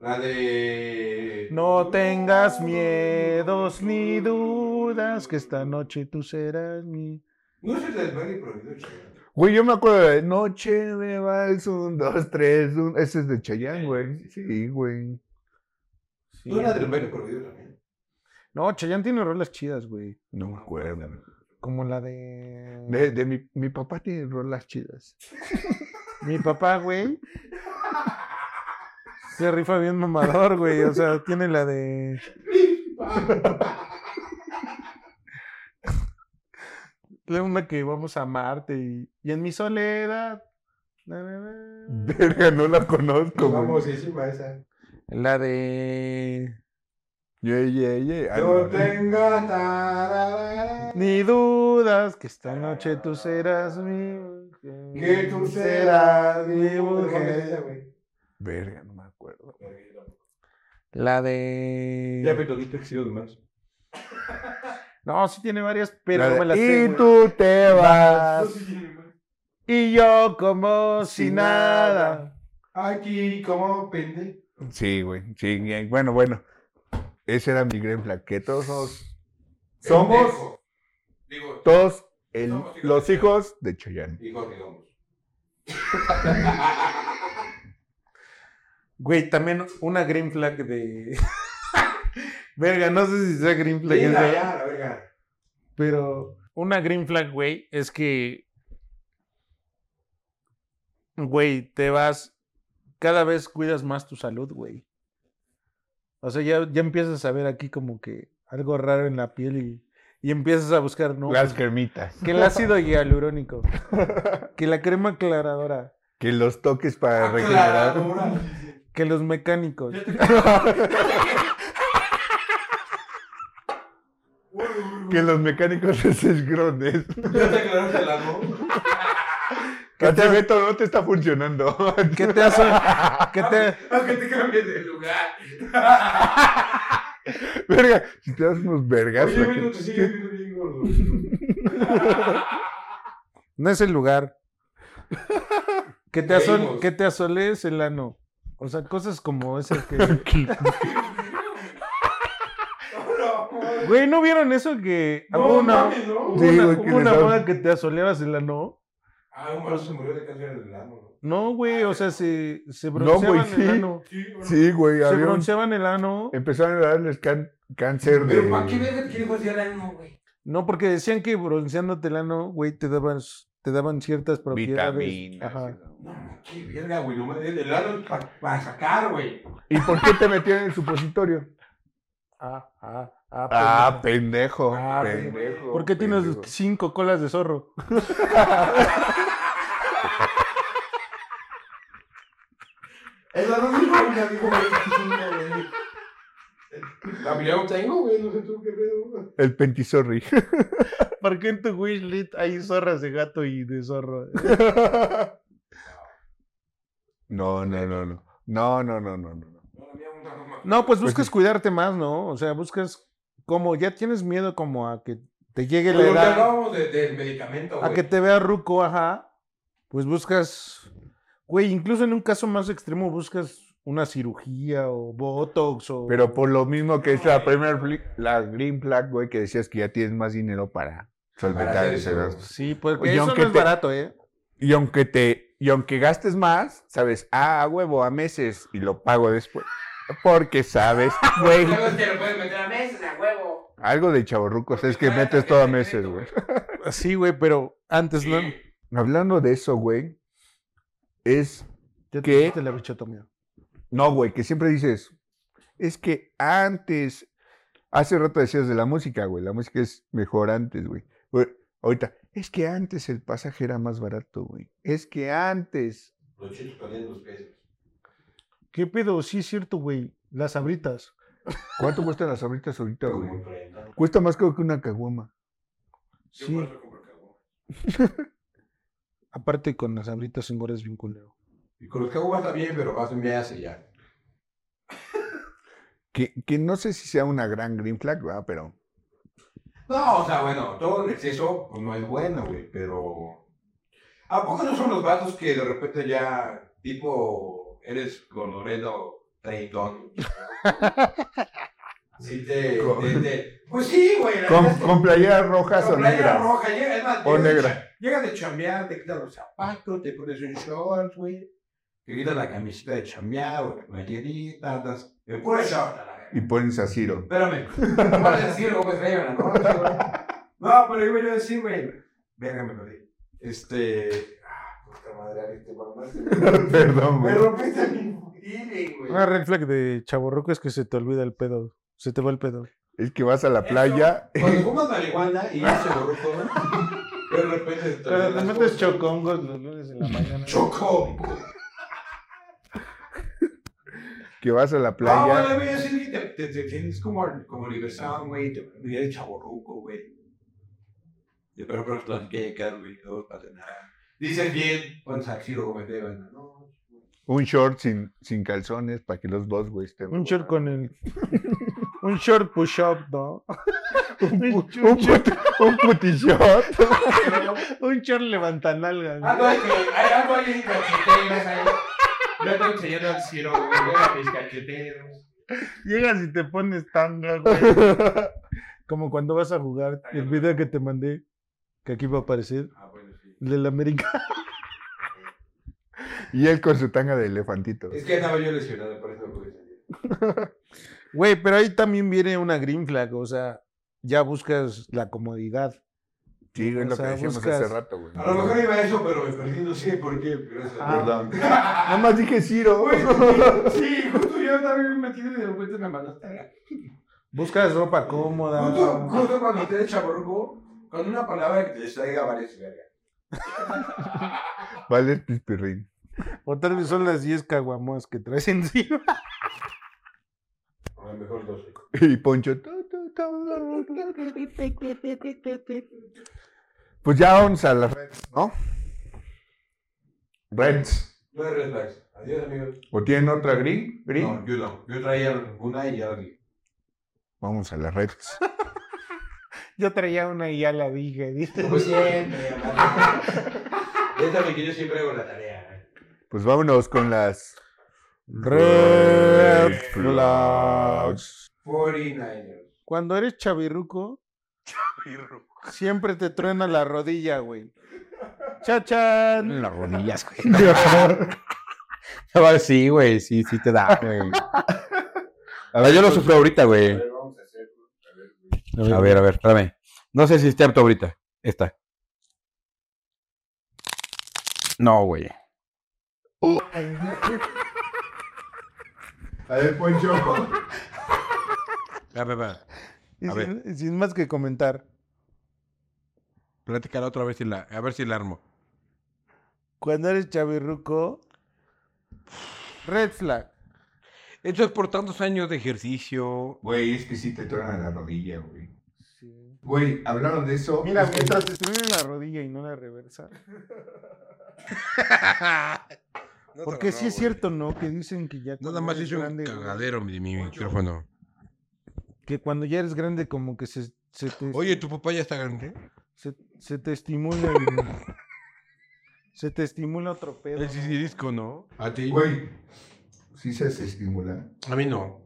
S7: La de...
S2: No tengas miedos ni dudas, que esta noche tú serás mi.
S7: No es la del baile prohibido, Chayanne.
S4: Güey, yo me acuerdo de Noche de Vals, un, dos, tres, un... Ese es de Chayán, güey. Sí, güey.
S7: No la del baile prohibido también.
S2: No, Chayanne tiene rolas chidas, güey.
S4: No me acuerdo.
S2: Como la de.
S4: De, de mi, mi papá tiene rolas chidas.
S2: Mi papá, güey. Se rifa bien mamador, güey. O sea, tiene la de. La una que vamos a Marte y. Y en mi soledad. na, na, na.
S4: Verga, no la conozco, güey.
S7: Famosísima esa.
S2: La de.
S4: Yeah, yeah, yeah. Ah,
S7: No
S4: no.
S7: tengas... nada
S2: Ni dudas que esta noche tú serás mi mujer.
S7: Que tú serás mi mujer.
S4: Verga, no me acuerdo.
S2: La
S7: Ya,
S2: de.
S7: pero viste que sido de más.
S2: No, sí tiene varias, pero
S4: La
S2: no
S4: de,
S2: me las sé,
S4: y
S2: güey.
S4: tú te vas.
S2: Y yo como si
S7: Sin
S2: nada.
S7: nada. Aquí como pendejo.
S4: Sí, güey. Sí, bien. bueno, bueno. Ese era mi gran flag. Que todos somos, somos
S7: Pendejo. Digo,
S4: todos el-
S7: Somos hijos
S4: los
S7: de
S4: hijos de Chayán.
S7: hijo, digamos.
S2: Güey, también una green flag de. <laughs> Verga, no sé si sea green flag.
S7: Venga,
S2: esa,
S7: ya, la verga.
S2: Pero una green flag, güey, es que. Güey, te vas. Cada vez cuidas más tu salud, güey. O sea, ya, ya empiezas a ver aquí como que algo raro en la piel y, y empiezas a buscar, ¿no? Pues,
S4: Las cremitas.
S2: Que el ácido hialurónico. que la crema aclaradora.
S4: Que los toques
S7: Ah,
S4: para regenerar.
S7: Aclaradora.
S2: Que los mecánicos.
S4: Que los mecánicos <laughs> haces grones.
S7: Ya te aclaraste la <laughs> no.
S4: Este método no te está funcionando.
S2: ¿Qué te hace? ¿Qué te.?
S4: <laughs>
S7: Ah, que te cambies de lugar.
S4: <laughs> Verga, si te das unos vergas.
S7: Oye,
S4: ¿a
S7: güey,
S4: qué-
S7: no te sigue viendo bien <laughs> gordo.
S2: No es el lugar. Que te, asol,
S7: Leímos.
S2: que te asolees el ano. O sea, cosas como esas que. Güey, ¿no vieron eso que
S7: No,
S2: hubo una,
S7: mames, ¿no?
S2: hubo
S4: Sí,
S2: una,
S4: güey,
S2: hubo
S4: que les
S2: una
S4: dan-
S2: moda que te asoleabas el ano?
S7: Ah, un malo se murió de cáncer en el ano.
S2: No, güey, o sea, se, se
S4: No, güey,
S2: bronceaban el
S4: sí.
S2: ano.
S7: Sí, bueno.
S4: <laughs> Sí, güey,
S2: Se
S4: había un- em
S2: bronceaban el ano.
S4: Empezaron a darles can- cáncer de...
S7: Pero ¿para qué verga quieres vaciar el ano, güey?
S2: No, porque decían que bronceándote el ano, güey, te daban, te daban ciertas propiedades.
S4: vitaminas.
S2: Ajá.
S7: No, qué verga, güey. No me des el ano para sacar, güey.
S4: ¿Y por qué te metieron en el supositorio?
S2: Ah, ah, ah.
S4: Ah,
S2: pendejo.
S4: pendejo.
S2: Ah,
S4: pendejo.
S2: ¿Por qué tienes
S4: pendejo.
S2: cinco colas de zorro?
S7: El ano se cambia, digo, güey. <laughs> Ah, yo no tengo, güey. No sé tú qué pedo.
S4: El pentisorri. <laughs>
S2: ¿Por qué en tu wishlist hay zorras de gato y de zorro?
S4: No, no, no, no. No, no, no, no, no.
S7: No, había un dragón más.
S2: No, pues buscas cuidarte más, ¿no? O sea, buscas como ya tienes miedo como a que te llegue la
S7: Lo que
S2: edad,
S7: hablábamos de- del medicamento,
S3: Ah,
S2: a
S7: güey.
S2: que te vea ruco, ajá. Pues buscas, güey, incluso en un caso más extremo buscas una cirugía o botox o
S4: Pero por lo mismo que es la primer fli- la green flag, güey, que decías que ya tienes más dinero para
S7: Para
S4: solventar
S7: hacer
S4: ese
S7: eso.
S4: gasto.
S2: sí, porque
S4: Oye,
S2: pues, eso
S4: aunque
S2: no es
S4: te-
S2: barato, ¿eh?
S4: Y aunque te, y aunque gastes más, sabes, ah, a huevo, a meses, y lo pago después. Porque
S7: <laughs>
S4: sabes, güey,
S7: Luego te lo puedes meter a meses, a huevo.
S4: algo de chavorrucos es que
S7: Porque
S4: metes
S7: traes
S4: todo a
S7: tarjeta de
S4: meses,
S7: crédito,
S4: güey.
S2: Sí, güey, pero antes no.
S4: Hablando de eso, güey, es
S2: Ya te
S4: ¿Qué?
S2: hiciste la bichotomía.
S4: No, güey, que siempre dices, es que antes, hace rato decías de la música, güey, la música es mejor antes, güey. Güey, Ahorita, es que antes el pasaje era más barato, güey. Es que antes,
S7: Los chinos ponían los pesos.
S2: ¿Qué pedo? Sí es cierto, güey. Las abritas.
S4: ¿cuánto cuestan las abritas ahorita, güey?
S7: Como 30.
S4: Cuesta más creo que una caguama.
S7: Yo
S2: Sí.
S7: por eso compro caguama.
S2: Aparte con las abritas engordas bien culero.
S7: Y con los caguamas está bien, pero hacen viajes y ya.
S4: Que, que no sé si sea una gran green flag, ¿verdad? Pero
S7: No, o sea, bueno, todo en exceso pues, no es bueno, güey, pero... ¿A poco no son los vatos que de repente ya, tipo, eres gordoredo <laughs> treintón? sí, te,
S4: Co-
S7: te- te- Pues sí, güey.
S4: <laughs>
S7: la
S4: con,
S7: verdad es que-
S4: con playeras rojas
S7: con
S4: o
S7: playera
S4: negras.
S7: roja, llega, es más,
S4: O
S7: llegas de
S4: negra.
S7: cha- Llegas de chambear, te quitas los zapatos, te pones un short, güey. Te quitas la camiseta de chambear, o la playerita, andas... En pura short, a la verga.
S4: Y pones a Ciro.
S7: Espérame. No vas a decir Gómez Raven, ¿no? No, pero iba yo a decir, güey. Venga, me lo di. Este. ah, Puta madre, Alex, te mamaste.
S4: Perdón,
S7: Me
S4: güey.
S7: rompiste mi feeling,
S2: Una
S7: güey.
S2: red flag de chaborroco es que se te olvida el pedo. Se te va el pedo.
S4: Es que vas a la playa.
S7: Cuando fumas marihuana y ya se lo rojo, de repente te
S2: te metes chocongos los lunes en la mañana.
S7: Chocó.
S4: Que vas a la
S7: Ah, bueno,
S4: playa.
S7: voy a decir que te, te, te tienes como, como libertad, güey. Te olvidas de chaborruco, güey. Y Pero, pero, pero, que quedar, güey. No pasa nada. Dices bien, cuando Saxiro Gómez Raven, no.
S4: Un short sin, sin calzones para que los dos, güey, estén.
S2: Un short con <laughs> el. Un short push-up, ¿no? un, pu-
S4: Un, put, un <laughs> putishot.
S2: un short levantanalgas.
S7: Algo de Ah, que hay algo ahí en cacheteros ahí. Yo estoy enseñando al Ciro, güey, a mis cacheteros.
S2: Llegas y te pones tanga, güey. Como cuando vas a jugar. El video que te mandé, que aquí va a aparecer,
S7: Ah, bueno, sí.
S2: el del América.
S4: Y él con su tanga de elefantito.
S7: Es que estaba yo lesionado, por eso no pude salir.
S2: Güey, pero ahí también viene una green flag, o sea, ya buscas la comodidad.
S4: Sí, es
S2: o
S4: lo que
S2: sea,
S4: decíamos
S2: buscas-
S4: hace rato, güey.
S7: A lo mejor iba a eso, pero me perdí, no sé por qué. Gracias.
S2: Ah.
S4: Perdón. Nada más dije Ciro.
S7: Sí, justo yo también me metí y de repente me mandaste a la-
S2: Buscas ropa cómoda.
S7: Justo, justo cuando te chaborgo, con una palabra que te distraiga varias verga.
S4: Vale, el pispirrín.
S2: O tal vez son las 10 caguamas que traes <laughs> encima.
S7: A lo mejor dos.
S4: Y Poncho. ta, ta, ta, ta, ta. Pues ya vamos a las Reds, ¿no? Reds.
S7: No hay red flags. Adiós, amigos.
S4: ¿O tienen otra green? green?
S7: No, yo no. Yo traía alguna y ya la di.
S4: Vamos a las Reds.
S2: Yo traía una y ya la dije, dice.
S7: Como siempre, amado. <laughs> Esta me que yo siempre hago la tarea. ¿eh?
S4: Pues vámonos con las
S2: Red
S4: flags.
S7: 49ers.
S2: Cuando eres chavirruco, siempre te truena la rodilla, güey. Chachan.
S3: Las rodillas,
S8: <laughs>
S3: güey. <laughs> No, sí, güey, sí, sí te da, güey. A ver, yo lo sufro ahorita,
S7: A
S3: güey.
S7: ver, vamos a hacer.
S3: A ver, a ver, espérame. No sé si esté apto ahorita. Esta. No, güey.
S4: A ver, Poncho.
S8: Va, va, va.
S2: Y
S8: A ver.
S2: sin, sin más que comentar.
S8: Platícala otra vez y la, a ver si la armo.
S2: Cuando eres chavirruco, red flag.
S3: Entonces, por tantos años de ejercicio. <laughs>
S4: Güey, es que sí te truena la rodilla, güey. Güey, hablaron de eso.
S2: Mira,
S4: Es que-
S2: mientras te en la rodilla y no la reversa. Porque sí es cierto, ¿no? Que dicen que ya
S3: Nada
S2: cuando
S3: más
S2: eres
S3: hizo un
S2: grande, güey,
S3: cagadero mi, mi micrófono.
S2: que cuando ya eres grande como que se, se te,
S3: Oye, ¿tu papá ya está grande?
S2: se, se te estimula el- <laughs> se te estimula otro pedo.
S3: El CD disco, ¿no?
S9: A ti.
S4: Güey, sí se hace estimular
S9: A mí no.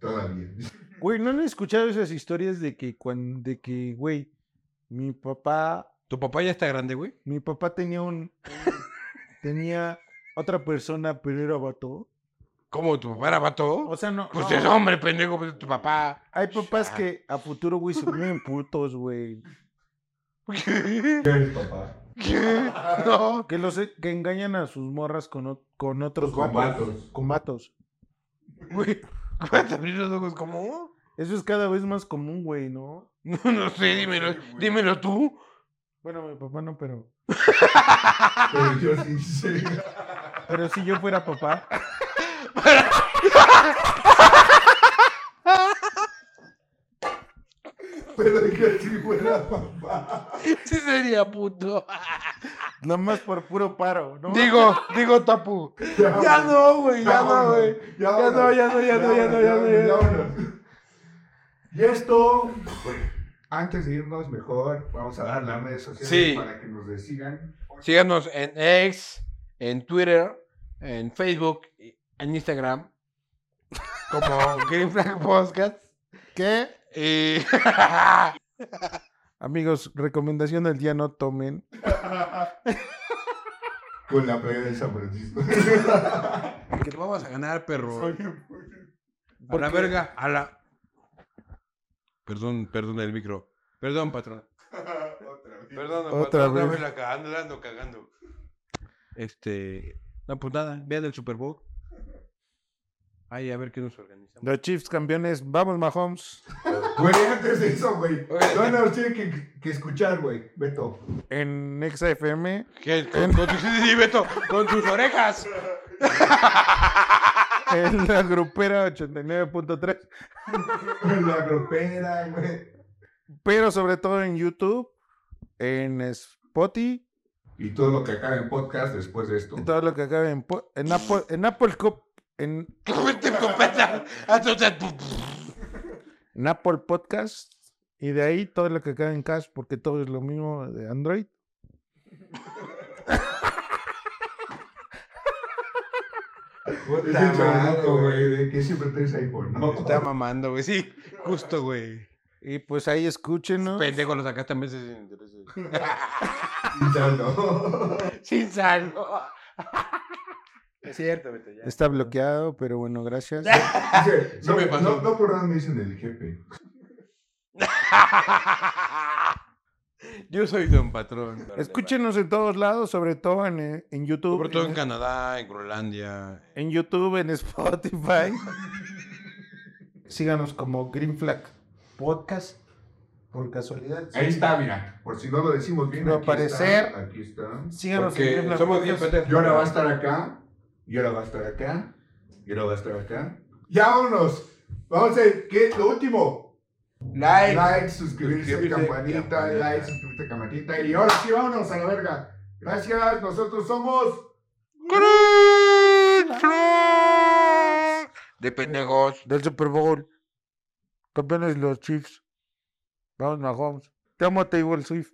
S4: todavía. <laughs>
S2: Güey, ¿no han escuchado esas historias de que cuando, de que, güey, mi papá,
S3: ¿Tu papá ya está grande, güey?
S2: mi papá tenía un, tenía otra persona, pero era vato?
S3: ¿Cómo? ¿Tu papá era vato?
S2: O sea, no,
S3: Pues
S2: no.
S3: es hombre, pendejo, pues es tu papá.
S2: hay papás que a futuro, güey, se ponen putos, güey.
S4: ¿Qué, papá?
S3: <laughs> No.
S2: Que los que engañan a sus morras con, ot- con otros
S4: Pues Con
S2: vatos.
S4: vatos.
S2: Con vatos.
S3: Güey, ¿puedes abrir los ojos como? <laughs>
S2: Eso es cada vez más común, güey, ¿no?
S3: No, no sé, dímelo, dímelo tú.
S2: Bueno, mi papá no,
S3: <laughs>
S2: pero.
S4: Pero yo sí sé.
S2: <laughs> Pero si yo fuera papá.
S4: Pero de que si fuera papá.
S3: Sí sería puto.
S2: Nomás por puro paro, ¿no?
S3: Digo, digo, tapu.
S4: Ya,
S3: Ya no, güey, ya no,
S4: vámonos,
S3: güey. Ya no, ya no, ya no, ya no, ya no, ya no.
S4: vámonos. Y esto, antes de irnos, mejor vamos a dar las redes sociales
S3: Sí.
S4: para que nos sigan.
S3: Síganos en X, en Twitter, en Facebook, y en Instagram. Como Green Flag Podcast.
S2: ¿Qué?
S3: Y.
S2: Amigos, recomendación del día: no tomen.
S4: Con la playa de San
S3: <laughs> <laughs>
S4: Francisco.
S3: Que te vamos a ganar, perro. A
S2: ¿Por
S3: la
S2: qué?
S3: verga, a la. Perdón, perdón el micro. Perdón, <laughs> patrón. Perdón,
S2: Otra
S3: patrón, otra
S2: vez.
S3: vez la cagando, la ando cagando. Este. No, pues nada, vean el Super Bowl. Ahí a ver qué nos organizamos.
S2: Los Chiefs campeones, vamos, Mahomes.
S4: Güey, antes de eso, güey.
S3: Oye.
S4: No, no, tienen que, que escuchar, güey. Beto.
S2: En Nexa FM.
S3: ¿Qué? Con, con tus, <laughs> sí, sí, Beto, con tus orejas.
S2: En la grupera 89.3.
S4: La gropera, güey.
S2: Pero sobre todo en YouTube. En Spotify.
S4: Y todo lo que acaba en podcast después de esto.
S2: y Todo lo que acabe en, po- en Apple. En Apple Cop- En,
S3: Vete, copeta. Entonces,
S2: en Apple Podcast. Y de ahí todo lo que acabe en Cash, porque todo es lo mismo de Android.
S4: Es
S3: Puta
S4: el
S3: madre,
S4: chamaco,
S3: güey.
S4: güey, de que siempre traes iPhone, ¿no? <laughs>
S3: Está mamando, güey. Sí, justo, güey.
S2: Y pues ahí escúchenos.
S3: Pendejo, lo sacaste a meses sin <laughs> intereses.
S4: Y ya no.
S3: Sin sal. Es cierto, Beto, ya.
S2: Está bloqueado, pero bueno,
S3: <laughs>
S2: gracias.
S4: Dice,
S3: Sí
S4: no,
S3: me pasó.
S4: no, no por nada me dicen el jefe.
S3: <laughs> Yo soy Don Patrón.
S2: Escúchenos en todos lados, sobre todo en, eh, en YouTube.
S3: Sobre todo en
S2: en-
S3: Canadá, en Groenlandia.
S2: en YouTube, en Spotify. <laughs> Síganos como Green Flag Podcast. Por casualidad.
S4: Ahí está, mira. Por si no lo decimos bien.
S2: Va a
S4: aquí está,
S2: aparecer.
S4: Aquí está.
S2: Síganos en Green
S3: Porque
S2: Flag
S3: somos bien
S2: Podcast.
S3: pendejos.
S4: Y ahora va a estar acá. Y ahora va a estar acá. Y ahora va a estar acá. ¡Ya vámonos! Vamos a ver, ¿qué? Lo último. Like. Like, suscribirse,
S3: Suscribirse,
S4: campanita,
S3: campanita.
S4: like, suscribirse, campanita. Y ahora sí, vámonos a la verga. Gracias, nosotros somos.
S3: De pendejos.
S2: Del Super Bowl. Campeones los Chiefs. Vamos, Mahomes. Te amo, Table Swift.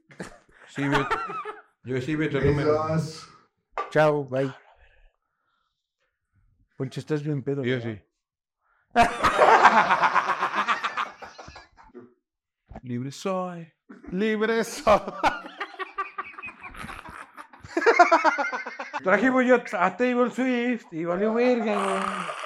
S3: Sí, Beto. Yo sí, Beto, no me.
S4: Besos.
S2: Chao, bye. Poncho, estás bien pedo.
S3: Yo
S2: ¿verdad?
S3: sí. Libre soy.
S2: Libre soy.
S3: Trajimos yo a Table Swift y valió verga, güey.